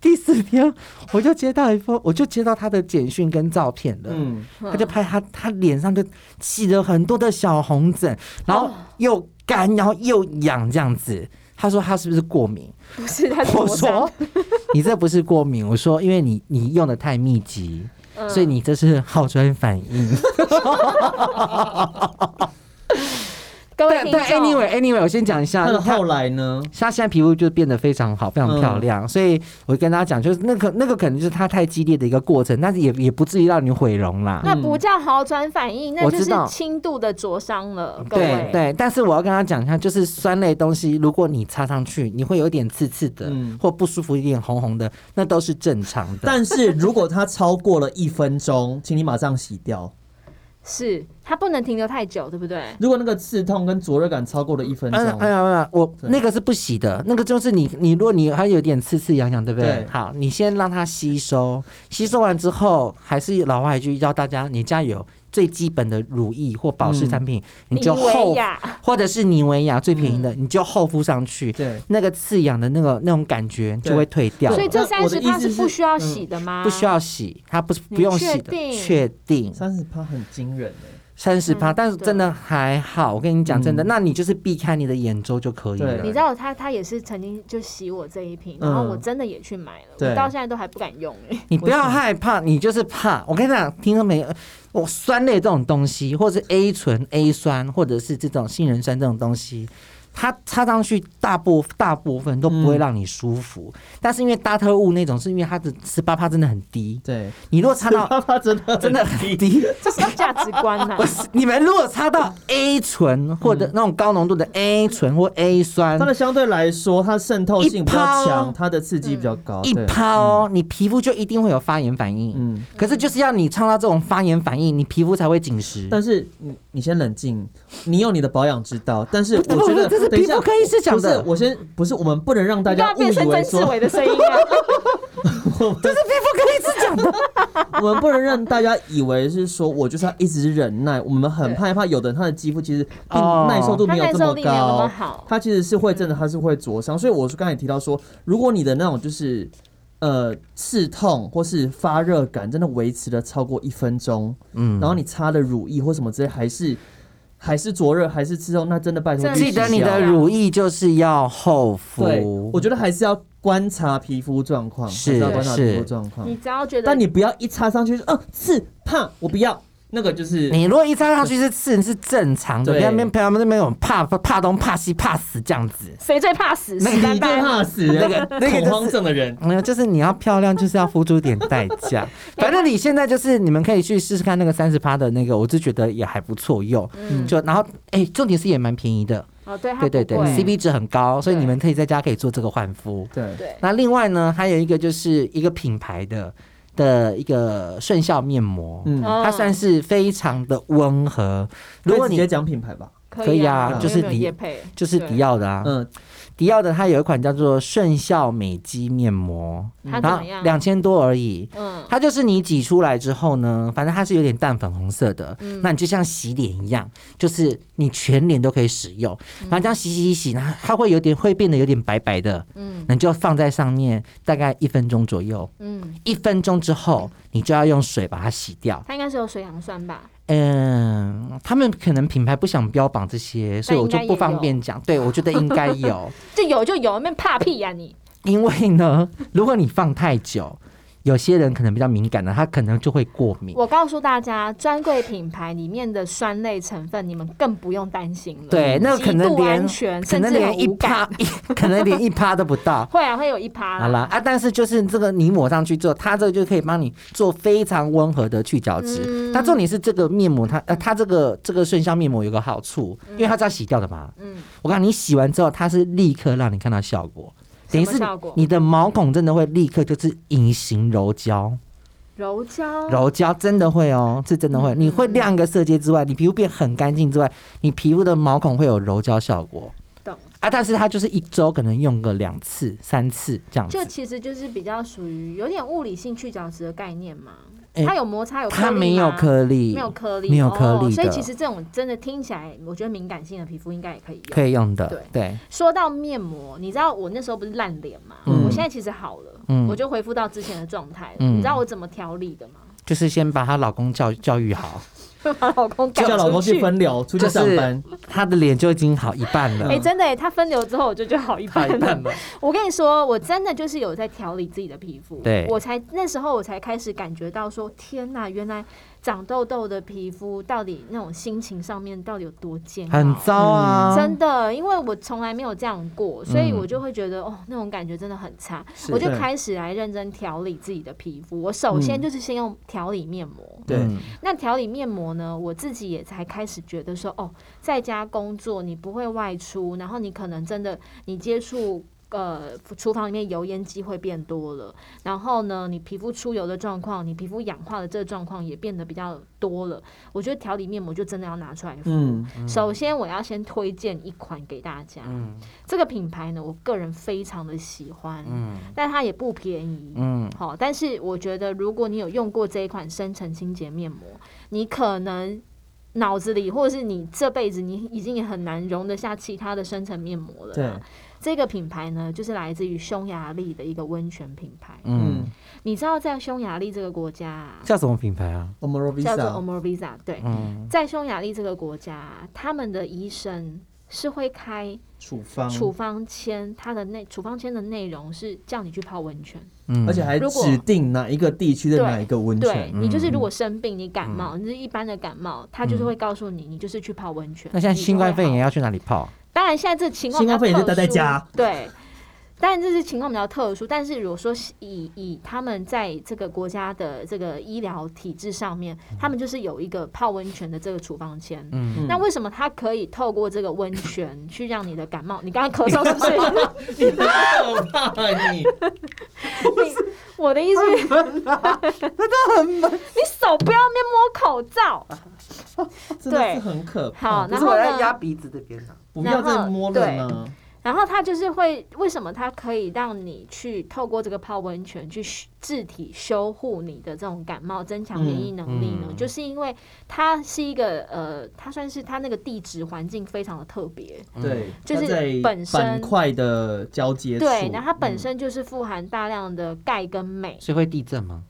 C: 第四天我就接到一封，我就接到他的简讯跟照片了。
B: 嗯，
C: 他就拍他他脸上就起了很多的小红疹，然后又干，然后又痒这样子。他说他是不是过敏？
D: 不是他是
C: 我
D: 磨伤
C: 说 你这不是过敏，我说因为你你用的太密集，
D: 嗯
C: 所以你这是好转反应。
D: 各位
C: 但
D: 听众
C: 但 anyway anyway，我先讲一下
B: 那
C: 他
B: 后来呢？
C: 他现在皮肤就变得非常好，非常
B: 嗯
C: 漂亮，所以我跟大家讲，就是那个那个可能就是他太激烈的一个过程，但是也也不至于让你毁容啦。
D: 那不叫好转反应，那
C: 我
D: 就是
C: 知道嗯
D: 轻度的灼伤了。各
C: 对
B: 欸
D: 位，
C: 对，但是我要跟他讲一下，就是酸类东西，如果你擦上去，你会有点刺刺的，
B: 嗯
C: 或不舒服一点红红的，那都是正常的。
B: 但是如果它超过了一分钟，请你马上洗掉。
D: 是它不能停留太久，对不对？
B: 如果那个刺痛跟灼热感超过了一分钟，
C: 嗯，哎呀哎呀，我
B: 对
C: 那个是不洗的，那个就是你你，如果你还有点刺刺痒痒，对不对？
B: 对
C: 好，你先让它吸收，吸收完之后，还是老话一句，要大家你家有最基本的乳液或保湿产品，
B: 嗯
C: 你就
D: 妮维
C: 厚，
D: 雅
C: 或者是妮维雅最便宜的，你就厚敷上去，
B: 对，
C: 那个刺痒的那个那种感觉就会退掉了，
D: 所以这
B: 那
D: 三
B: 我的
D: 十
B: 意
D: 帕
B: 思
D: 是不
B: 是
D: 需要洗的吗？
C: 不需。要洗，它不是
D: 你
C: 不用洗
D: 确
C: 的，
D: 定
C: 确定
B: 三十趴很惊人哎、
C: 三十趴，
D: 嗯
C: 但是真的还好，我跟你讲真的，
B: 嗯
C: 那你就是避开你的眼周就可以
B: 对
C: 了。
D: 你知道他他也是曾经就洗我这一瓶，然后
B: 嗯
D: 我真的也去买了，
B: 对
D: 我到现在都还不敢用哎、
C: 你不要害怕，你就是怕。我跟你讲，听到没有？我酸类这种东西，或者是 A 醇、A 酸，或者是这种杏仁酸这种东西，它擦上去大部大部分都不会让你舒服。但是因为大特务那种，是因为它的十八帕真的很低。
B: 对，
C: 你如果擦 到
B: 啪啪真的
C: 真的很低，
D: 这是价值观啊 呐、
C: 不是你们如果擦到 A 醇或
B: 嗯
C: 者那种高浓度的 A 醇或 A 酸
B: 它，的相对来说，它渗透性比较
C: 一趴哦
B: 强，它的刺激比较高。
C: 一
B: 对
C: 抛、哦，你皮肤就一定会有发炎反应。
B: 嗯，
C: 可是就是要你唱到这种发炎反应，你皮肤才会紧实。
B: 但是你你先冷静，你有你的保养之道，但是我
C: 不
B: 觉得
C: 不这是
B: 等一
C: 皮
B: 下
C: 肤科医师讲的
B: 不是我先不是我们不能让大
D: 你
B: 家
D: 要
B: 误
D: 变
B: 以
D: 成
B: 为
D: 曾志
B: 说
D: 伟的声音啊！
C: 这是皮肤科医师讲的。
B: 我们不能让大家以为是说我就是要一直忍耐，我们很害怕有的人他的肌肤其实并
C: 哦
B: 耐受度没有这
D: 它耐
B: 么
D: 受力没有那
B: 高
D: 么好，
B: 它其实是会真的它是会灼伤，所以我是刚才提到说，如果你的那种就是呃刺痛或是发热感真的维持了超过一分钟，
C: 嗯，
B: 然后你擦的乳液或什么之类还是还是灼热还是刺痛，那真的拜托
D: 真的
B: 立即
C: 记得你
B: 消
C: 的乳液就是要厚
B: 对，
C: 敷。
B: 我觉得还是要观察皮肤状况，还
C: 是
B: 是要观察
C: 是
B: 皮肤状况
D: 你。只要觉得
B: 但你不要一擦上去就，嗯，刺怕我不要，那个就是
C: 你如果一擦上去是刺是正常的，
B: 对
C: 不要面朋友们那边有怕怕东怕西怕死这样子。
D: 谁最怕死？
B: 你
D: 史丹
B: 最
D: 拜
B: 怕死那个
C: 那个就是
B: 恐慌症的人。
C: 没有，就是你要漂亮，就是要付出点代 价。反正你现在就是你们可以去试试看那个三十趴的那个，我是觉得也还不错用。
B: 嗯
C: 就然后哎、重点是也蛮便宜的，
D: 哦，对，它
C: 对对对
D: 不贵
C: ，CP 值很高，所以
D: 对
C: 你们可以在家可以做这个焕肤。
B: 对，
D: 对，
C: 那另外呢，还有一个就是一个品牌的的一个顺效面膜，
B: 嗯，
D: 哦
C: 它算是非常的温和。如
B: 如
C: 果
B: 果直接
C: 你
B: 讲品牌吧，
C: 可
D: 可
C: 以
D: 以
C: 啊
D: 因为
C: 就是
D: 没有
C: 你
D: 业配
C: 就是迪奥的啊，
B: 嗯，
C: 迪奥的它有一款叫做顺效美肌面膜，
D: 它怎
C: 然后
D: 么样？
C: 两千多而已。
D: 嗯，
C: 它就是你挤出来之后呢，反正它是有点淡粉红色的，
D: 嗯
C: 那你就像洗脸一样，就是你全脸都可以使用，
D: 嗯
C: 然后这样洗洗洗洗，然后它会有点会变得有点白白的，嗯
D: 嗯，
C: 你就放在上面大概一分钟左右，
D: 嗯，
C: 一分钟之后你就要用水把它洗掉。
D: 它应该是有水杨酸吧？
C: 嗯，他们可能品牌不想标榜这些，所以我就不方便讲。对，我觉得应该有，
D: 就有就有，那怕屁呀、你！
C: 因为呢，如果你放太久，有些人可能比较敏感的，他可能就会过敏。
D: 我告诉大家，专柜品牌里面的酸类成分，你们更不用担心了。
C: 对，那
D: 极
C: 可能
D: 度
C: 连
D: 安全，
C: 可
D: 甚
C: 能
D: 至很
C: 连一
D: 无感。
C: 趴，一可能连一趴都不到。
D: 会啊，会有一趴
C: 好啦，啊，但是就是这个你抹上去之后，它这个就可以帮你做非常温和的去角质。
D: 嗯
C: 它重点是这个面膜，它呃它这个这个顺效面膜有个好处，因为它是要洗掉的嘛。
D: 嗯，
C: 我告诉你，你洗完之后，它是立刻让你看到效果，等于
D: 什
C: 是
D: 么效果
C: 你的毛孔真的会立刻就是隐形柔焦，
D: 柔焦，
C: 柔焦真的会哦，是真的
D: 嗯
C: 会，你会亮个色阶之外，你皮肤变很干净之外，你皮肤的毛孔会有柔焦效果
D: 懂。
C: 啊，但是它就是一周可能用个两次、三次这样子
D: 就，其实就是比较属于有点物理性去角质的概念嘛。
C: 哎
D: 它有摩擦，有颗粒
C: 它没有
D: 吗
C: 颗粒，
D: 没有颗粒，
C: 没有颗
D: 哦
C: 粒
D: 所以
C: 的，
D: 其实这种真的听起来，我觉得敏感性的皮肤应该也可以用。
C: 可以用的
D: 对，
C: 对，
D: 说到面膜，你知道我那时候不是烂脸嘛？
C: 嗯
D: 我现在其实好了，
C: 嗯
D: 我就恢复到之前的状态了。
C: 嗯
D: 你知道我怎么调理的吗？
C: 就是先把她老公教教育好，
D: 把老公赶
B: 叫老公
D: 出
B: 去。分流，出去上班。
C: 她的脸就已经好一半了，
D: 哎、真的哎、他分流之后我就觉得好一
C: 啊好
D: 半
C: 一半
D: 了。
C: 了，
D: 我跟你说，我真的就是有在调理自己的皮肤，
C: 对
D: 我才那时候我才开始感觉到说，天呐，原来长痘痘的皮肤到底那种心情上面到底有多煎熬，
C: 很糟啊，
D: 嗯真的，因为我从来没有这样过，所以我就会觉得、哦，那种感觉真的很差。我就开始来认真调理自己的皮肤。我首先就是先用调理面膜。
B: 对，
C: 嗯
D: 那调理面膜呢，我自己也才开始觉得说，哦，在家工作你不会外出，然后你可能真的你接触呃厨房里面油烟机会变多了，然后呢，你皮肤出油的状况，你皮肤氧化的这个状况也变得比较多了。我觉得调理面膜就真的要拿出来敷。
B: 嗯，
D: 首先，我要先推荐一款给大家，
C: 嗯
D: 这个品牌呢，我个人非常的喜欢，
C: 嗯
D: 但它也不便宜。
C: 嗯，
D: 好，但是我觉得如果你有用过这一款深层清洁面膜，你可能脑子里或者是你这辈子你已经也很难容得下其他的深层面膜了。
B: 对，嗯
D: 这个品牌呢，就是来自于匈牙利的一个温泉品牌。
C: 嗯
B: 嗯，
D: 你知道在匈牙利这个国家啊、
C: 叫什么品牌啊？
B: o m o r o v i s
D: 叫做 o
B: a
D: m o r v i s a 对，
C: 嗯，
D: 在匈牙利这个国家啊，他们的医生是会开
B: 处方，
D: 处方签，它的内处方签的内容是叫你去泡温泉。
C: 嗯
B: 而且还
D: 如果
B: 指定哪一个地区的哪一个温
D: 对
B: 泉，嗯
D: 你就是如果生病，你感冒，你是一般的感冒，他就是会告诉你，你就是去泡温泉。
C: 那现在
D: 你就
C: 新冠
D: 会
C: 肺炎
D: 好，
C: 要去哪里泡？
D: 当然现在这情况
B: 新冠
D: 比较
B: 肺炎就
D: 特
B: 待在
D: 殊
B: 家。
D: 对，当然这是情况比较特殊，但是如果说是以以他们在这个国家的这个医疗体制上面，
B: 嗯
D: 他们就是有一个泡温泉的这个处方签。
C: 嗯，
D: 那为什么它可以透过这个温泉去让你的感冒？你刚刚咳嗽是不
B: 你
D: 是？
B: 好怕你，
D: 我的意思是，真的很闷。 你手不要面摸口罩。
B: 真的是很可怕
D: 好，
C: 嗯
D: 然后呢？
C: 鼻子这边呢。
B: 不要再摸了呢。
D: 然后它就是会，为什么它可以让你去透过这个泡温泉去修自体修护你的这种感冒，增强免疫能力呢？
C: 嗯嗯
D: 就是因为它是一个呃，它算是它那个地质环境非常的特别，
C: 嗯
B: 对，
D: 就是
B: 它在
D: 本身
B: 板块的交接处，
D: 对，然后它本身就是富含大量的钙跟镁，
C: 所以会地震吗？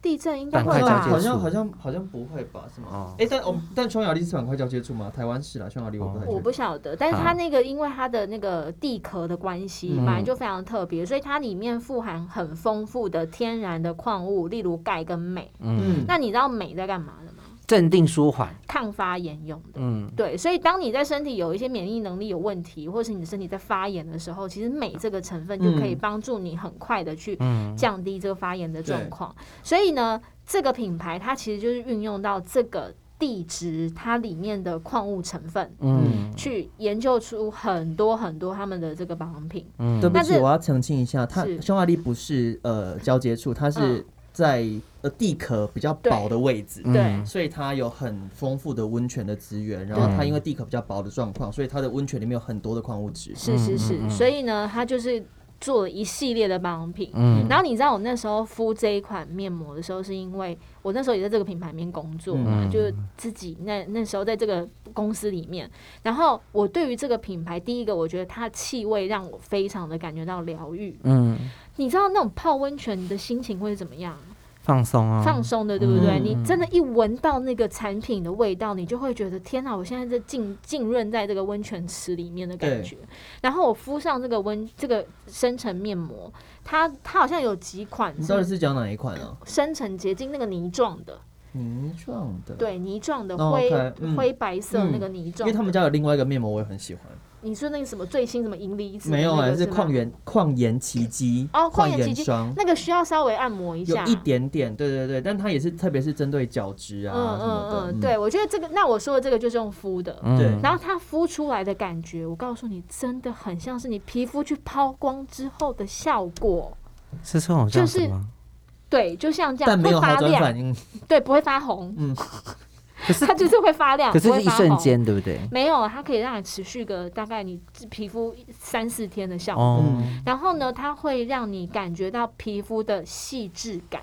D: 地震应该
B: 好
C: 板
D: 会
C: 块交
B: 像
C: 接
B: 好
D: 吧
C: 处？
B: 像好像好像不会吧？是吗
C: 哦？
B: 哎，但我们但匈牙利是板块交接处吗？台湾是啦，匈牙利我不太
D: 我
B: 确
D: 不
B: 定。
D: 晓得，但是
C: 啊
D: 它那个因为它的那个地壳的关系，
C: 嗯
D: 本来就非常特别，所以它里面富含很丰富的天然的矿物，例如钙跟镁。
C: 嗯，
D: 那你知道镁在干嘛的吗？
C: 镇定舒缓。
D: 抗发炎用的。
C: 嗯，
D: 对，所以当你在身体有一些免疫能力有问题，或是你的身体在发炎的时候，其实镁这个成分就可以
B: 嗯
D: 帮助你很快的去
C: 嗯
D: 降低这个发炎的状
B: 对
D: 况。所以呢，这个品牌它其实就是运用到这个地质它里面的矿物成分，
C: 嗯
D: 去研究出很多很多他们的这个保养品。
C: 嗯
B: 对不
D: 但
B: 起，
D: 是
B: 我要澄清一下，它
D: 是
B: 匈牙利不是呃交接处，它是
D: 嗯
B: 在呃地壳比较薄的位置。
D: 对
C: 嗯
B: 所以它有很丰富的温泉的资源，然后
D: 嗯
B: 它因为地壳比较薄的状况，所以它的温泉里面有很多的矿物质。
D: 是是是，
C: 嗯嗯嗯
D: 所以呢，它就是做了一系列的保养品。
C: 嗯
D: 然后你知道我那时候敷这一款面膜的时候，是因为我那时候也在这个品牌里面工作嘛，
C: 嗯
D: 就是自己那那时候在这个公司里面。然后我对于这个品牌，第一个我觉得它的气味让我非常的感觉到疗愈。
C: 嗯，
D: 你知道那种泡温泉你的心情会是怎么样？
C: 放松啊，
D: 放松的，对不对？
B: 嗯
D: 你真的，一闻到那个产品的味道，你就会觉得天哪！我现在在浸浸润在这个温泉池里面的感觉。然后我敷上这个温这个深层面膜，它它好像有几款
B: 你到底
D: 是
B: 是讲哪一款啊？
D: 深层结晶那个泥状的，
B: 泥状的，，
D: 对泥状的
B: 哦
D: 灰、
B: OK，嗯
D: 灰白色那个泥
B: 因
D: 状的。
B: 为他们家有另外一个面膜，我也很喜欢。
D: 你说那个什么最新什么银离子的
B: 没有
D: 那
B: 啊，
D: 个
B: 是
D: 吗
B: 矿源矿盐奇迹
D: 哦矿
B: 矿
D: 盐奇
B: 盐
D: 迹
B: 霜，
D: 那个需要稍微按摩一
B: 有
D: 下，
B: 一点点，对对对，但它也是特别是针对角质啊
D: 嗯
B: 什
D: 嗯
B: 么的。
D: 嗯，对，我觉得这个那我说的这个就是用敷的，
C: 嗯
B: 对
D: 然后它敷出来的感觉，我告诉你，真的很像是你皮肤去抛光之后的效果。
C: 是这种
D: 就
C: 像
D: 是
C: 什么？
D: 对，就像这样，
B: 但没有
D: 会
B: 好
D: 发
B: 转
D: 亮，
B: 反应，
D: 对，不会发红，
B: 嗯，
C: 可是
D: 它就是会发亮，
C: 可是
D: 不会
C: 是一
D: 发
C: 瞬
D: 红。
C: 间，对不对？
D: 没有，啊它可以让你持续个大概你皮肤三四天的效果。
C: 哦，
B: 嗯
D: 然后呢，它会让你感觉到皮肤的细致感。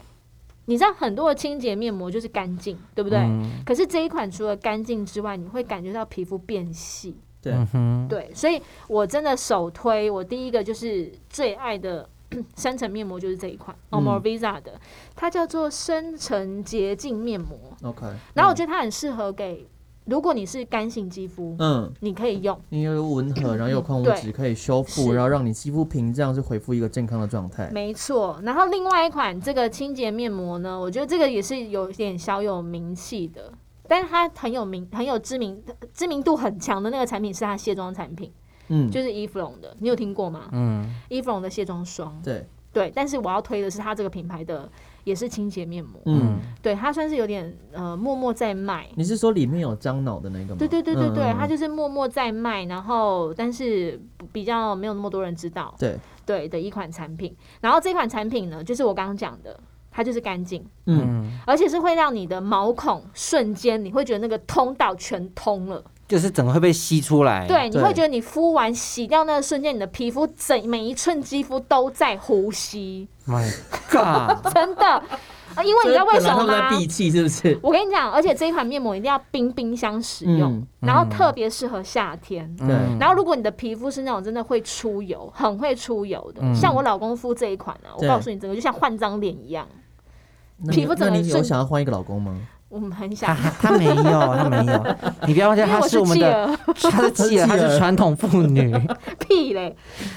D: 你知道很多的清洁面膜就是干净，对不对？
C: 嗯
D: 可是这一款除了干净之外，你会感觉到皮肤变细。
B: 对，
C: 嗯哼，
D: 对，所以我真的首推我第一个就是最爱的 深层面膜就是这一款
B: 嗯
D: Omorvisa 的，它叫做深层洁净面膜。
B: OK。
D: 然后我觉得它很适合给，如果你是干性肌肤，
B: 嗯，
D: 你可以用。
B: 因为温 和，然后又有矿物质
D: 对
B: 可以修
D: 是
B: 复，然后让你肌肤屏障是恢复一个健康的状态。
D: 没错，然后另外一款这个清洁面膜呢，我觉得这个也是有点小有名气的，但是它很有名、很有知名、知名度很强的那个产品是它卸妆产品，
B: 嗯，
D: 就是 Eve 的，你有听过吗
C: 嗯，
D: ？Eve 的卸妆霜，
B: 对，
D: 对，但是我要推的是它这个品牌的也是清洁面膜，
B: 嗯，
D: 对，它算是有点呃默默在卖。
B: 你是说里面有樟脑的那个吗？
D: 对对对对对，
B: 嗯
D: 它就是默默在卖，然后但是不比较没有那么多人知道，
B: 对，
D: 对的一款产品。然后这款产品呢，就是我刚刚讲的，它就是干净，
B: 嗯，
D: 而且是会让你的毛孔瞬间你会觉得那个通道全通了，
C: 就是整个会被吸出来。
D: 对，你
B: 哎对
D: 会觉得你敷完洗掉那个瞬间，你的皮肤整每一寸肌肤都在呼吸，
C: ，My God，
D: 真的。啊因为你知道为什么
B: 本来他
D: 吗
B: 们在？闭气是不是？
D: 我跟你讲，而且这一款面膜一定要冰冰箱使用，
B: 嗯
D: 然后特别适合夏天。
B: 对
D: 然后，如果你的皮肤是那种真的会出油、很会出油的，
C: 嗯
D: 像我老公敷这一款呢、啊我
B: 对
D: 告诉你，整个就像换张脸一样。
B: 那
D: 皮
B: 你
D: 肤整
B: 那
D: 个
B: 你有
D: 瞬
B: 想要换一个老公吗？
D: 我们很想
C: 他，他没有，他没有，你不要忘记
D: 因为
C: 他
D: 我
C: 是我们
D: 企
C: 的，
D: 鹅
C: 他是 企鹅，
B: 他
C: 他
B: 是企鹅
C: 是传统妇 女。
D: 屁嘞，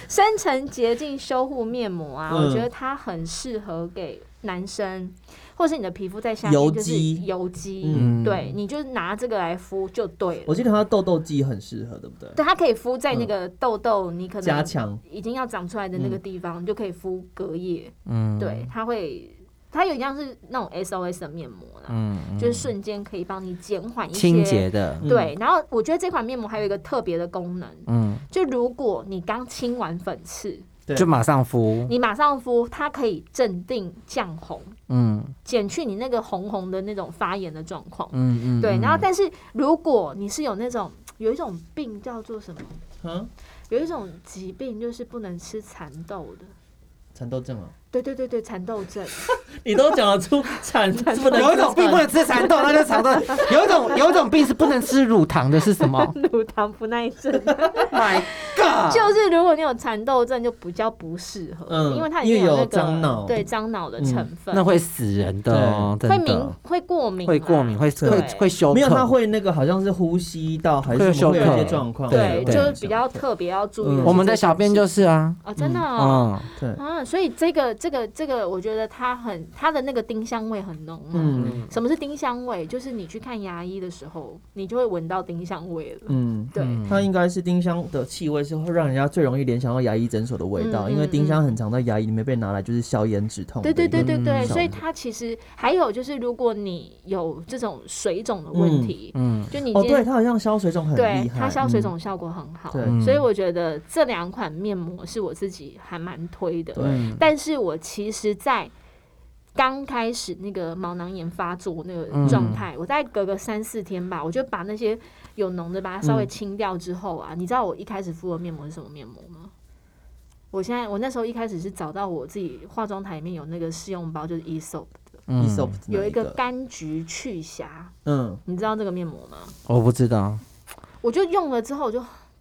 D: 深层洁净修护面膜啊，
B: 嗯
D: 我觉得它很适合给男生，或是你的皮肤在夏
B: 油
D: 天就是
B: 肌
D: 油肌，
C: 嗯
D: 对，你就拿这个来敷就对
B: 我
D: 了。
B: 记得他嗯痘痘肌很适合，对不对？
D: 对，它可以敷在那个痘痘，你可能
B: 加强
D: 已经要长出来的那个地方，你就可以敷隔夜。
C: 嗯，
D: 对，它会，它有点像是那种 SOS 的面膜啦，
C: 嗯，嗯，
D: 就是瞬间可以帮你减缓一些
C: 清洁。嗯的，
D: 对，然后我觉得这款面膜还有一个特别的功能，
C: 嗯，
D: 就如果你刚清完粉刺，
B: 对
C: 就马上敷，
D: 你马上敷，它可以镇定降红，
C: 嗯
D: 减去你那个红红的那种发炎的状况。
C: 嗯嗯，
D: 对，
C: 嗯
D: 然后但是如果你是有那种有一种病叫做什么，
B: 嗯，
D: 有一种疾病就是不能吃蚕豆的。
B: 蚕豆症啊，
D: 对对对对，蚕豆症，
B: 你都讲得出 蚕不能
C: 有一种病不能吃蚕豆，那就蚕豆；有一种有一种病是不能吃乳糖的，是什么
D: 乳糖不耐症，
C: ？My God！
D: 就是如果你有蚕豆症，就比较不适合，
B: 嗯
D: 因为它里面
B: 因为有
D: 那个
B: 樟脑
D: 对樟脑的成
C: 嗯
D: 分，
C: 那会死人的哦，真
D: 会敏
C: 的
D: 会过敏啊，
C: 会过敏，会
B: 对
C: 会会休克，
B: 没有，他会那个好像是呼吸道还是什么，
C: 哦会
B: 会
C: 有休
B: 有
C: 克
B: 一些状况，
D: 对，
B: 会
D: 就
B: 有
D: 是
B: 影响
D: 比较特别要注意是这件事。
B: 嗯
C: 我们的小编就是啊，
D: 哦，真的哦、
C: 嗯，
B: 对，
D: 啊，所以这个这个这个，我觉得它很它的那个丁香味很浓、嗯，
B: 嗯
D: 什么是丁香味？就是你去看牙医的时候，你就会闻到丁香味了。
B: 嗯。
D: 对，
C: 嗯
B: 它应该是丁香的气味是会让人家最容易联想到牙医诊所的味道，
D: 嗯嗯
B: 因为丁香很常在牙医里面被拿来就是消炎止痛的
D: 对
B: 一个。
D: 对对对对，
B: 嗯
D: 所以它其实还有就是，如果你有这种水肿的问题，
C: 嗯，
D: 就你
B: 哦，
D: 今天
B: 对，它好像消水肿很厉
D: 对
B: 害，嗯
D: 它消水肿效果很好，
B: 对
C: 嗯
D: 所以我觉得这两款面膜是我自己还蛮推的。
B: 对，
D: 但是我其实，在刚开始那个毛囊炎发作那个状态，我大概隔个三四天吧，我就把那些有脓的把它稍微清掉之后啊，你知道我一开始敷的面膜是什么面膜吗？我现在我那时候一开始是找到我自己化妆台里面有那个试用包，就是 e s o p
C: 嗯
B: Aesop 哪
D: 有一
B: 一
D: 个柑橘去瑕，
B: 嗯，
D: 你知道这个面膜吗？
C: 我不知道，
D: 我就用了之后我就。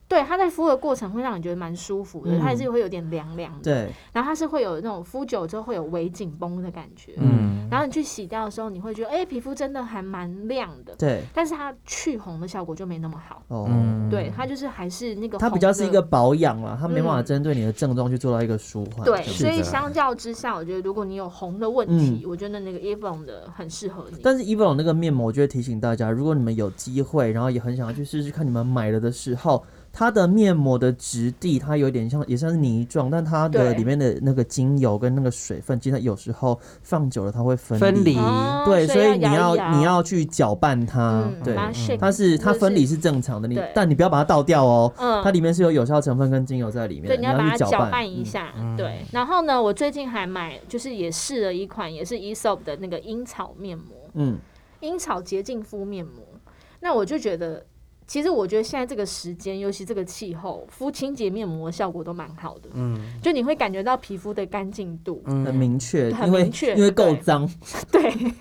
D: 对，它在敷的过程会让你觉得蛮舒服的，
B: 嗯
D: 它还是会有点凉凉的，
B: 对，
D: 然后它是会有那种敷久之后会有微紧绷的感觉，
C: 嗯
D: 然后你去洗掉的时候，你会觉得，哎、皮肤真的还蛮亮的，
B: 对，
D: 但是它去红的效果就没那么好。
B: 哦，
C: 嗯，
D: 对，它就是还是那个红的，
B: 它比较是一个保养啦，它没办法
D: 嗯
B: 针对你的症状去做到一个舒缓。
D: 对，
B: 这样
C: 是
D: 所
C: 的
D: 以相较之下，我觉得如果你有红的问题，
B: 嗯
D: 我觉得那个 Avon 的很适合你。
B: 但是 Evon 那个面膜，我就会提醒大家，如果你们有机会，然后也很想要去试试看，你们买了的时候，它的面膜的质地，它有点像也像是泥状，但它的
D: 对
B: 里面的那个精油跟那个水分，其实它有时候放久了它会分
C: 分离，
D: 哦
B: 对，所以你要
D: 摇一摇
B: 你要去搅拌它，
D: 嗯，
B: 对，
D: 把它 shake，
B: 它是它
D: 就是
B: 分离是正常的，你
D: 对
B: 但你不要把它倒掉哦，
D: 嗯
B: 它里面是有有效成分跟精油在里面的，
D: 对，你要把
B: 去
D: 它
B: 搅
D: 搅
B: 拌嗯
D: 拌一。下，对。然后呢，我最近还买，就是也试了一款，也是 e s o p 的那个樱草面膜，
B: 嗯，
D: 樱草洁净敷面膜。那我就觉得，其实我觉得现在这个时间，尤其这个气候，敷清洁面膜效果都蛮好的。
C: 嗯
D: 就你会感觉到皮肤的干净度，
B: 嗯很明确，
D: 很
B: 因为
D: 明确
B: 因为够
D: 对
B: 脏，
D: 对， 因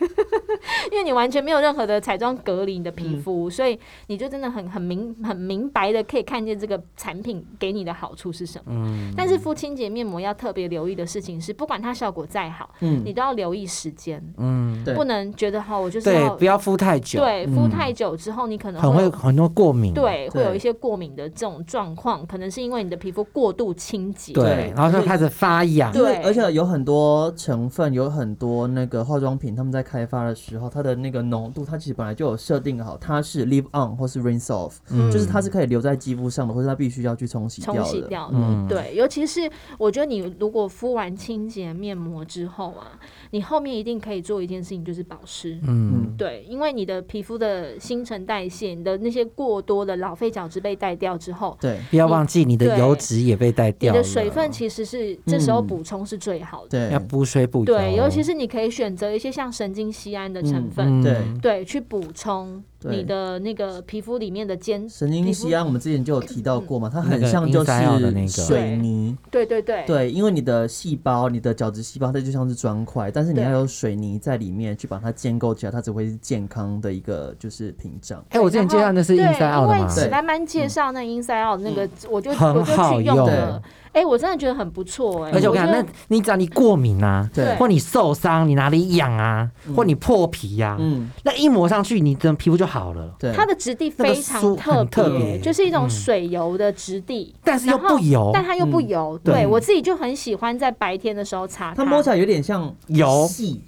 D: 为你完全没有任何的彩妆隔离你的皮
C: 嗯
D: 肤，所以你就真的很很明很明白的可以看见这个产品给你的好处是什么。
C: 嗯
D: 但是敷清洁面膜要特别留意的事情是，不管它效果再好，
B: 嗯
D: 你都要留意时间，
C: 嗯，
B: 对
D: 不能觉得哦好，我就是
C: 对，
D: 要
C: 不要敷太久，嗯
D: 对敷太久之后，你可能
C: 很
D: 会
C: 会
D: 有
C: 很多过敏，
D: 对会有
B: 对
D: 一些过敏的这种状况，可能是因为你的皮肤过度清洁。
C: 对，然后就开始发痒，
B: 因为
D: 对
B: 而且有很多成分，有很多那个化妆品，他们在开发的时时候，它的那个浓度，它其实本来就有设定好，它是 leave on 或是 rinse off，、
C: 嗯
B: 就是它是可以留在肌肤上的，或者它必须要去冲洗掉
D: 冲
B: 的。
D: 洗掉的。
C: 嗯
D: 对，尤其是我觉得你如果敷完清洁面膜之后啊，你后面一定可以做一件事情，就是保湿。
C: 嗯，
B: 嗯，
D: 对，因为你的皮肤的新陈代谢，你的那些过多的老废角质被带掉之后，
B: 对
C: 不要忘记你的
D: 对
C: 油脂也被带
D: 你
C: 掉了，
D: 的水分其实是这时候
B: 嗯
D: 补充是最好的。
B: 对
C: 要补水补油，
D: 对，尤其是你可以选择一些像神经酰胺的成分，
C: 嗯
B: 对
D: 对，去补充
B: 对
D: 你的那个皮肤里面的坚，
B: 神经酰胺，我们之前就有提到过嘛，它
C: 那
B: 很
C: 个
B: 像就
C: inside out 的那个
B: 是水泥，
D: 对对对，
B: 对，因为你的细胞，你的角质细胞，它就像是砖块，但是你
D: 对
B: 要有水泥在里面去把它建构起来，它只会是健康的一个就是屏障。
C: 哎，我之前介绍那是
D: 对，
C: 硬塞奥的
D: 因为
C: 嘛，
D: 史丹曼介绍那 Inside Out 那
B: 嗯
D: 个，我就
C: 很
D: 我就
C: 好
D: 去用
C: 用
D: 了。哎，我真的觉得很不错哎，
C: 而且我跟你
D: 觉
C: 讲，
D: 得
C: 那你只要你过敏啊，
D: 对
C: 或你受伤，你哪里痒啊，或你破皮呀、
B: 嗯，
C: 那一抹上去，你的皮肤就好了。
B: 对，
D: 它的质地非
C: 那个
D: 常
C: 酥很特别嗯
D: 别，就是一种水油的质地，
C: 但是又
D: 然后
C: 不油嗯
D: 但它又不油。对
C: 对
D: 我自己就很喜欢在白天的时候擦
B: 它摸起来有点像
C: 油
B: 细，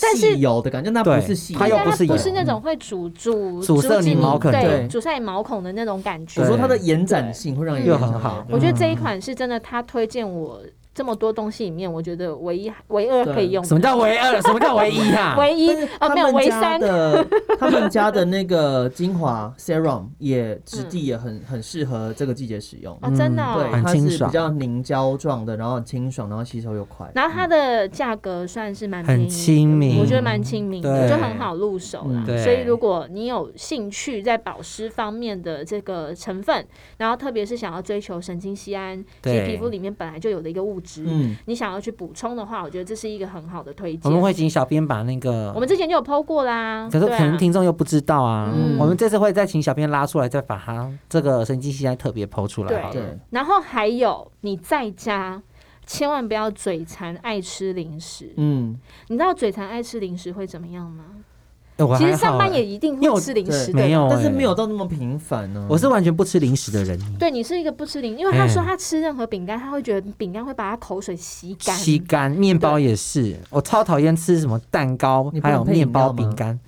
D: 但是
B: 细油的感觉，那不
C: 对
B: 是细油，
C: 它
D: 但
C: 又
D: 它
C: 不是油
D: 那种会阻阻
C: 阻塞
D: 止
C: 你毛孔
B: 对
D: 对，阻塞你毛孔的那种感觉
B: 我。说
C: 对嗯
B: 它的延展性会让你
C: 又
B: 联想
C: 很
B: 到
C: 好
D: 我觉得这一款是真的，他推荐我这么多东西里面，我觉得唯一唯二可以用的。
C: 什么叫唯二？什么叫唯一啊？
D: 唯一
B: 但是
D: 啊？
B: 他
D: 没有
B: 们
D: 唯
B: 家
D: 三。
B: 的他们家的那个精华 serum 也质地也很很适合这个季节使用，
D: 嗯哦，真的、哦
B: 对，
C: 很
B: 它
C: 清
B: 是
C: 爽
B: 比较凝胶状的，然后很清爽，然后吸收又快。
D: 然后它的价格算是蛮
C: 很
D: 便宜的
C: 亲民
D: 我觉得蛮亲民的，
C: 对
D: 就很好入手啦
B: 嗯。
C: 对
D: 所以如果你有兴趣在保湿方面的这个成分，然后特别是想要追求神经酰胺，这
C: 对
D: 些皮肤里面本来就有的一个物质，
B: 嗯，
D: 你想要去补充的话，我觉得这是一个很好的推
C: 我
D: 荐。
C: 们会请小编把那个
D: 我，们之前就有剖过啦，
C: 可是
D: 对
C: 可能
D: 啊，
C: 听众又不知道啊。
B: 嗯
C: 我们这次会再请小编拉出来，再把它这个神经系来特别剖出来
D: 对
C: 好了。
B: 对，
D: 然后还有你在家。千万不要嘴馋爱吃零食，
B: 嗯，
D: 你知道嘴馋爱吃零食会怎么样吗？
C: 哎我还
D: 其实
C: 好
D: 上班
B: 欸
C: 哎
D: 也一定
C: 因为我
D: 会吃零
B: 对
D: 食，对吧
C: 没有、
B: 但是
C: 哎
B: 没有，到那么频繁呢。
C: 我是完全不吃零食的人，
D: 对你是一个不吃零，因为他
C: 嗯
B: 哎
D: 说他吃任何饼干，他会觉得饼干会把他口水吸干。
C: 吸干面包也是，我超讨厌吃什么蛋糕
B: 你，不
C: 还
B: 能
C: 有
B: 配饮
C: 面包
B: 料吗
C: 饼干。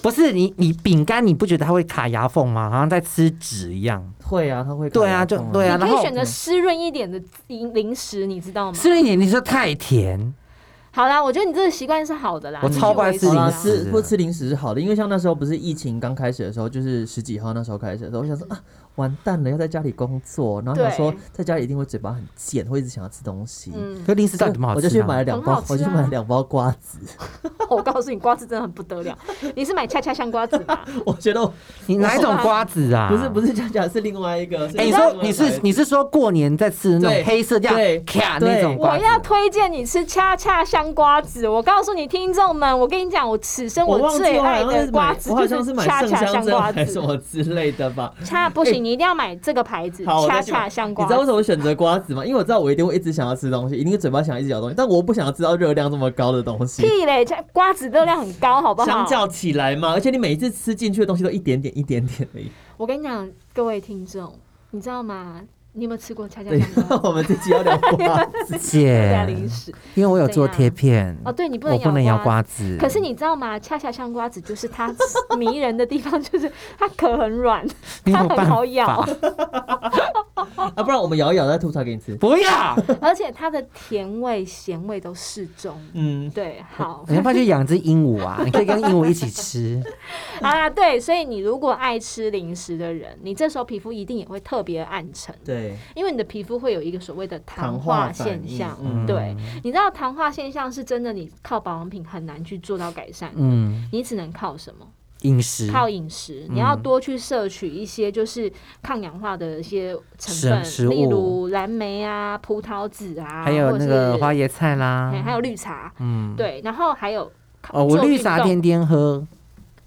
C: 不是你，你饼干你不觉得它会卡牙缝吗？好像在吃纸一样。
D: 嗯
B: 会啊，它会
C: 对啊，就对
B: 啊，
C: 啊，然
D: 你可以
C: 后
D: 选择湿润一点的零零食，你知道吗？
C: 吃了一点，你说太甜，
D: 好啦，我觉得你这个习惯是好的啦。
C: 我
D: 继续
C: 超不爱吃
D: 维持
B: 好
C: 零
B: 啦，
D: 啦
C: 食
B: 吃不吃零食是好的，因为像那时候不是疫情刚开始的时候，就是十几号那时候开始的时候，我想说啊，完蛋了，要在家里工作，然后想说
D: 对
B: 在家里一定会嘴巴很贱，会一直想要吃东西。
D: 嗯，
C: 可零食到底怎么好
B: 我
C: 吃、
B: 就
C: 啊？
B: 去买了两包，
D: 很好吃啊
B: 我就买了两包瓜子。
D: 我告诉你，瓜子真的很不得了。你是买恰恰香瓜子 吗？
B: 我觉得我
C: 你哪一种瓜子啊？
B: 不是不。是讲讲是另外一个。
C: 哎、你
B: 另外
C: 说
B: 一个
C: 你是你是说过年在吃的那
B: 对
C: 种黑色这样
B: 对
C: 卡
B: 对
C: 那种瓜
D: 我
C: 子？
D: 要推荐你吃恰恰香瓜子。我告诉你，听众们，我跟你讲，我此生
B: 我忘记
D: 最
B: 我好
D: 爱
B: 像是
D: 的
B: 买
D: 瓜子
B: 我好
D: 就
B: 像是买
D: 恰
B: 圣
D: 恰
B: 香
D: 香
B: 针
D: 瓜
B: 还是什
D: 子。
B: 么之类的吧。
D: 恰不行，你一定要买这个牌子，
B: 好，我
D: 恰
B: 再去买
D: 恰香
B: 你
D: 瓜
B: 知道为
D: 子。
B: 什么我选择瓜子吗？因为我知道我一定会一直想要吃东西，一定嘴巴想一直咬东西，但我不想要吃到热量这么高的东西。
D: 屁嘞，恰瓜子热量很高，好不好？
B: 相较起来嘛，而且你每一次吃进去的东西都一点点、一点点而已。
D: 我跟你讲，各位听众，你知道吗？你有没有吃过恰恰
B: 对
D: 香，瓜
B: 我们这集要聊瓜子。
D: 加
C: 姐，
D: 零食？
C: 因为我有做贴片，
D: 哦，对，你不
C: 我
D: 能
C: 不能
D: 咬
C: 咬
D: 瓜
C: 瓜
D: 子。
C: 子。
D: 可是 你知道吗？恰恰香瓜子就是它迷人的地方，就是它壳很软，
C: 没有
D: 它很
C: 办法
D: 好， 咬，
B: 啊，不然我们咬一咬再吐出来给你吃。
C: 不要。
D: 而且它的甜味、咸味都适中。
B: 嗯，
D: 对， 好，
C: 你要不要去养只鹦鹉啊？你 可以跟鹦鹉一起吃。
D: 好啦，啊对，所以你如果爱吃零食的人，你这时候皮肤一定也会特别暗沉，
B: 对，
D: 因为你的皮肤会有一个所谓的
B: 糖
D: 糖
B: 化
D: 化
B: 反
D: 现
B: 应
D: 象。
B: 嗯
D: 对，你知道糖化现象是真的，你靠保养品很难去做到改善。
C: 嗯，
D: 你只能靠什么？
C: 饮食
D: 靠饮食，
C: 嗯
D: 你要多去摄取一些就是抗氧化的一些成
C: 食
D: 分，
C: 食物
D: 例如蓝莓啊、葡萄籽啊，
C: 还有那
D: 或者
C: 个
D: 是
C: 花椰菜啦
D: 嘿，还有绿茶，
C: 嗯，
D: 对，然后还有靠
C: 哦，我
D: 做
C: 绿
D: 运
C: 茶
D: 动
C: 天天喝，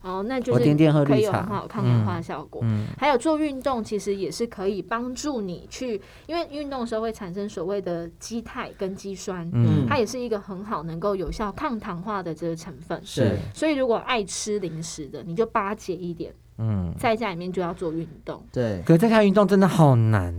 D: 哦，那就
C: 我
D: 是
C: 天天喝绿
D: 可以有
C: 茶
D: 很好的抗氧化效果。
C: 嗯，
D: 还有做运动，其实也是可以帮助你去，因为运动的时候会产生所谓的肌肽跟肌酸，
C: 嗯
D: 它也是一个很好能够有效抗糖化的这个成分。
B: 是
C: 是，
D: 所以如果爱吃零食的，你就巴结一点，
C: 嗯。
D: 在家里面就要做运动。
B: 对。
C: 可是在家运动真的好难，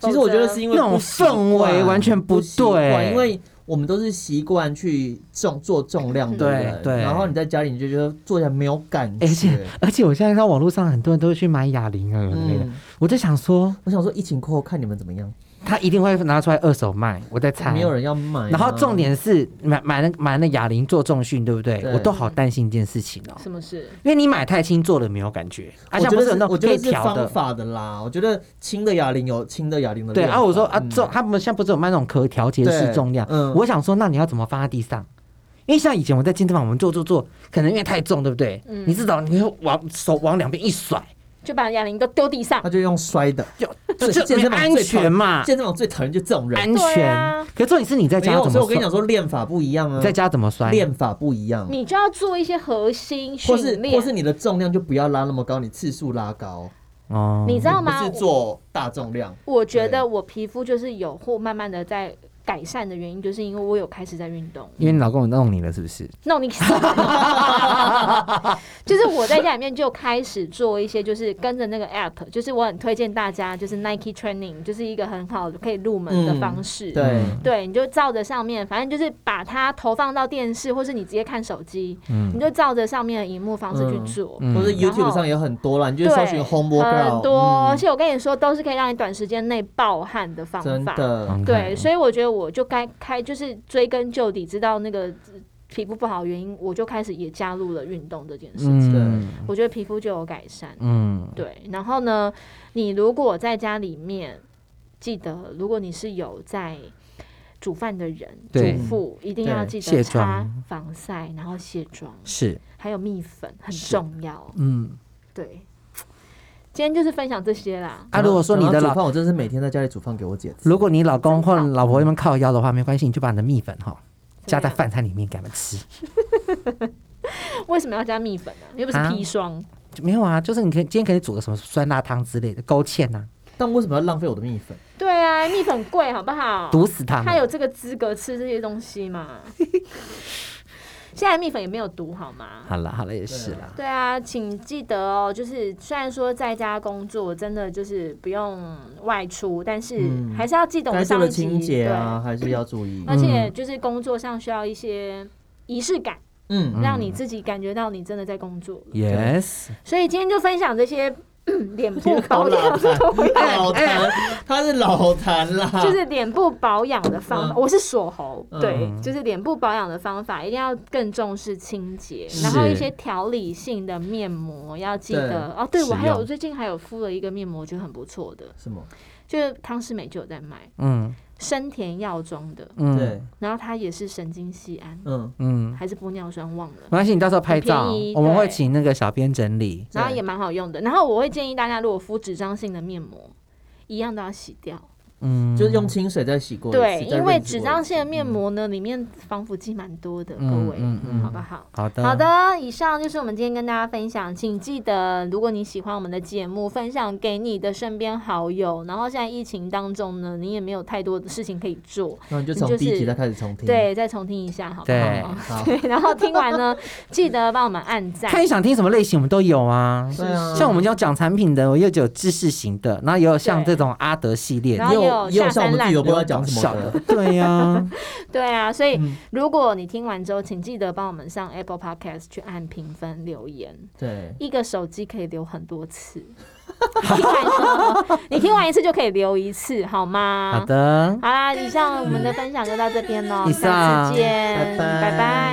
B: 其实我觉得是因为
C: 那种
B: 不习惯
C: 氛围完全不对
B: 习惯因为我们都是习惯去重做重量的
C: 对
B: 人，
C: 对
B: 然后你在家里你就觉得做起来没有感觉，
C: 哎而且而且我现在看网络上很多人都会去买哑铃啊之类的，
B: 嗯，
C: 我就想说
B: 我想说疫情过后看你们怎么样，
C: 他一定会拿出来二手卖，我在猜。
B: 没有人要买啊，
C: 然后重点是买买了买了哑铃做重训，对不对？
B: 对
C: 我都好担心一件事情哦，
D: 什么事？
C: 因为你买太轻做了没有感觉，
B: 我
C: 而且
B: 觉
C: 不
B: 得
C: 是有那
B: 我
C: 种
B: 觉
C: 可以
B: 得是
C: 调
B: 方
C: 的。
B: 法的啦，我觉得轻的哑铃有轻的哑铃的
C: 对
B: 练法，
C: 啊，我说啊，
B: 嗯
C: 重他们现在不是有卖那种可调节式
B: 对
C: 重量？
B: 嗯
C: 我想说，那你要怎么放在地上？因为像以前我在健身房，我们做做做，可能因为太重，对不对？
D: 嗯
C: 你至少你会往手往两边一甩，
D: 就把哑铃都丢地上
B: 他。就用摔的，
C: 就
B: 对
C: 就
B: 健
C: 没
B: 身房
C: 安
B: 最讨
C: 全
D: 啊
C: 嘛，
B: 健身房最讨厌就这种人，
C: 安
D: 对
C: 全。
D: 啊
C: 可是重点是你在
B: 没
C: 家
B: 有，
C: 怎
B: 所
C: 么
B: 以我跟你
C: 摔？
B: 讲说练法不一样啊，
C: 你在家怎么摔？
B: 练法不一样，
D: 你就要做一些核心
B: 或是
D: 训
B: 或是
D: 练，
B: 你的重量就不要拉那么高，你次数拉高，
C: 哦，
D: 你知道
B: 不
D: 吗
B: 嗯是？做大重量。
C: 嗯
D: 我觉
B: 对
D: 得我皮肤就是有或慢慢的在改善的原因，就是因为我有开始在运动。
C: 因为你老公有弄你了，是不是？
D: 弄你死！就是我在家里面就开始做一些，就是跟着那个 app，就是我很推荐大家，就是 Nike Training，就是一个很好的可以入门的方式。
B: 嗯对，
D: 对，你就照着上面，反正就是把它投放到电视，或是你直接看手机，
C: 嗯
D: 你就照着上面的荧幕方式去
B: 嗯
D: 做。
C: 嗯
B: 或者
D: 然后
B: YouTube 上有很多啦，你就
D: 对，
B: 是搜寻啊嗯 home workout，
D: 很多，而且我跟你说，都是可以让你短时间内暴汗的方
B: 真
D: 法。
B: 的，
C: OK 嗯
D: 对，所以我觉得我就该开，就是追根究底，知道那个呃皮肤不好的原因，我就开始也加入了运动这件事情。
C: 嗯
D: 我觉得皮肤就有改善。
C: 嗯，
D: 对，然后呢，你如果在家里面，记得如果你是有在煮饭的人，主
C: 对
D: 妇一定要
B: 对
D: 记
C: 卸
D: 得擦
C: 妆
D: 防晒，然后卸妆，
C: 是，
D: 还有蜜粉很
C: 是
D: 重要。
C: 嗯。
D: 对，今天就是分享这些啦。
C: 啊，如果说你的
B: 然后煮
C: 老，
B: 饭，我真的是每天在家里煮饭给我姐吃。
C: 如果你老公或老婆们靠腰的话，没关系，你就把你的蜜粉哈加在饭菜里面给他们吃。
D: 为什么要加蜜粉呢、又不是
C: 啊
D: 砒霜。
C: 就没有啊，就是你可以今天可以煮个什么酸辣汤之类的，勾芡啊呐、
B: 但为什么要浪费我的蜜粉？
D: 对啊，蜜粉贵好不好？
C: 毒死他
D: 他
C: 们。
D: 有这个资格吃这些东西吗？ 现在蜜粉也没有毒好吗？
C: 好了好了，也是啦。
D: 对啊，请记得哦，就是虽然说在家工作真的就是不用外出，但是
B: 嗯
D: 还是要记得我
B: 该
D: 们
B: 做
D: 上
B: 的
D: 一集
B: 清洁啊，嗯还是要注意
D: 对，。而且就是工作上需要一些仪式感，
B: 嗯，
D: 让你自己感觉到你真的在工作了。
B: 啊
C: Yes，
D: 所以今天就分享这些 脸部保
B: 好哦
D: 养
B: 老
D: 的
B: 痰，老痰，他
D: 东西
B: 是老痰啦。
D: 就是脸部保养的方法，
B: 嗯
D: 我是锁喉，
B: 嗯
D: 对，就是脸部保养的方法一定要更重视清洁，然后一些调理性的面膜要记得哦。对，
C: 使
D: 我
C: 用
D: 还有我最近还有敷了一个面膜，我觉得很不错的，
B: 什么？
D: 就是康诗美就有在卖
C: 嗯
D: 生田药妆的，
C: 嗯，
B: 对，
D: 然后它也是神经酰胺
B: 嗯，
C: 嗯，
D: 还是玻尿酸忘了
C: 没。关系，你到时候拍照
D: 很便宜，
C: 我们会
D: 对
C: 请那个小编整理。
D: 然后也蛮好用的，然后我会建议大家，如果敷纸张性的面膜，一样都要洗掉。
C: 嗯，
B: 就是用清水再洗过一次。
D: 对，
B: 再
D: 因为
B: rinse
D: 纸
B: 过
D: 张
B: 一次
D: 性的面膜呢，里面防腐剂蛮多的，
C: 嗯
D: 各位
C: 嗯，嗯
D: 好不好？
C: 好的
D: 好，的，以上就是我们今天跟大家分享，请记得，如果你喜欢我们的节目，分享给你的身边好友。然后现在疫情当中呢，你也没有太多的事情可以做，
B: 那你就
D: 就
B: 从第一
D: 是
B: 集再开始重听。，
D: 对，再重听一下，好不
C: 对
D: 好？
B: 好，
D: 对，然后听完呢，记得帮我们按赞。
C: 看你想听什么类型，我们都有啊。
B: 对
D: 嗯
B: 啊，
C: 像我们要讲产品的，我又有知识型的，然后也有像这种阿德系列
D: 然后
C: 的，
D: 也
B: 又
D: 有
B: 又
D: 下
B: 像我
D: 三
B: 们自己
D: 滥
B: 都不知道
D: 的，
B: 讲什
C: 小
B: 么
C: 的
B: 的。，
C: 对呀、
D: 对啊，所以
C: 嗯
D: 如果你听完之后，请记得帮我们上 Apple Podcast 去按评分留言。
B: 对，
D: 一个手机可以留很多次。 你听完呢你听完一次就可以留一次，好吗？
C: 好。的，
D: 好啦，以上我们的分享就到这边喽，
C: 以上
D: 下次
B: 拜
D: 见，
B: 拜
D: 拜拜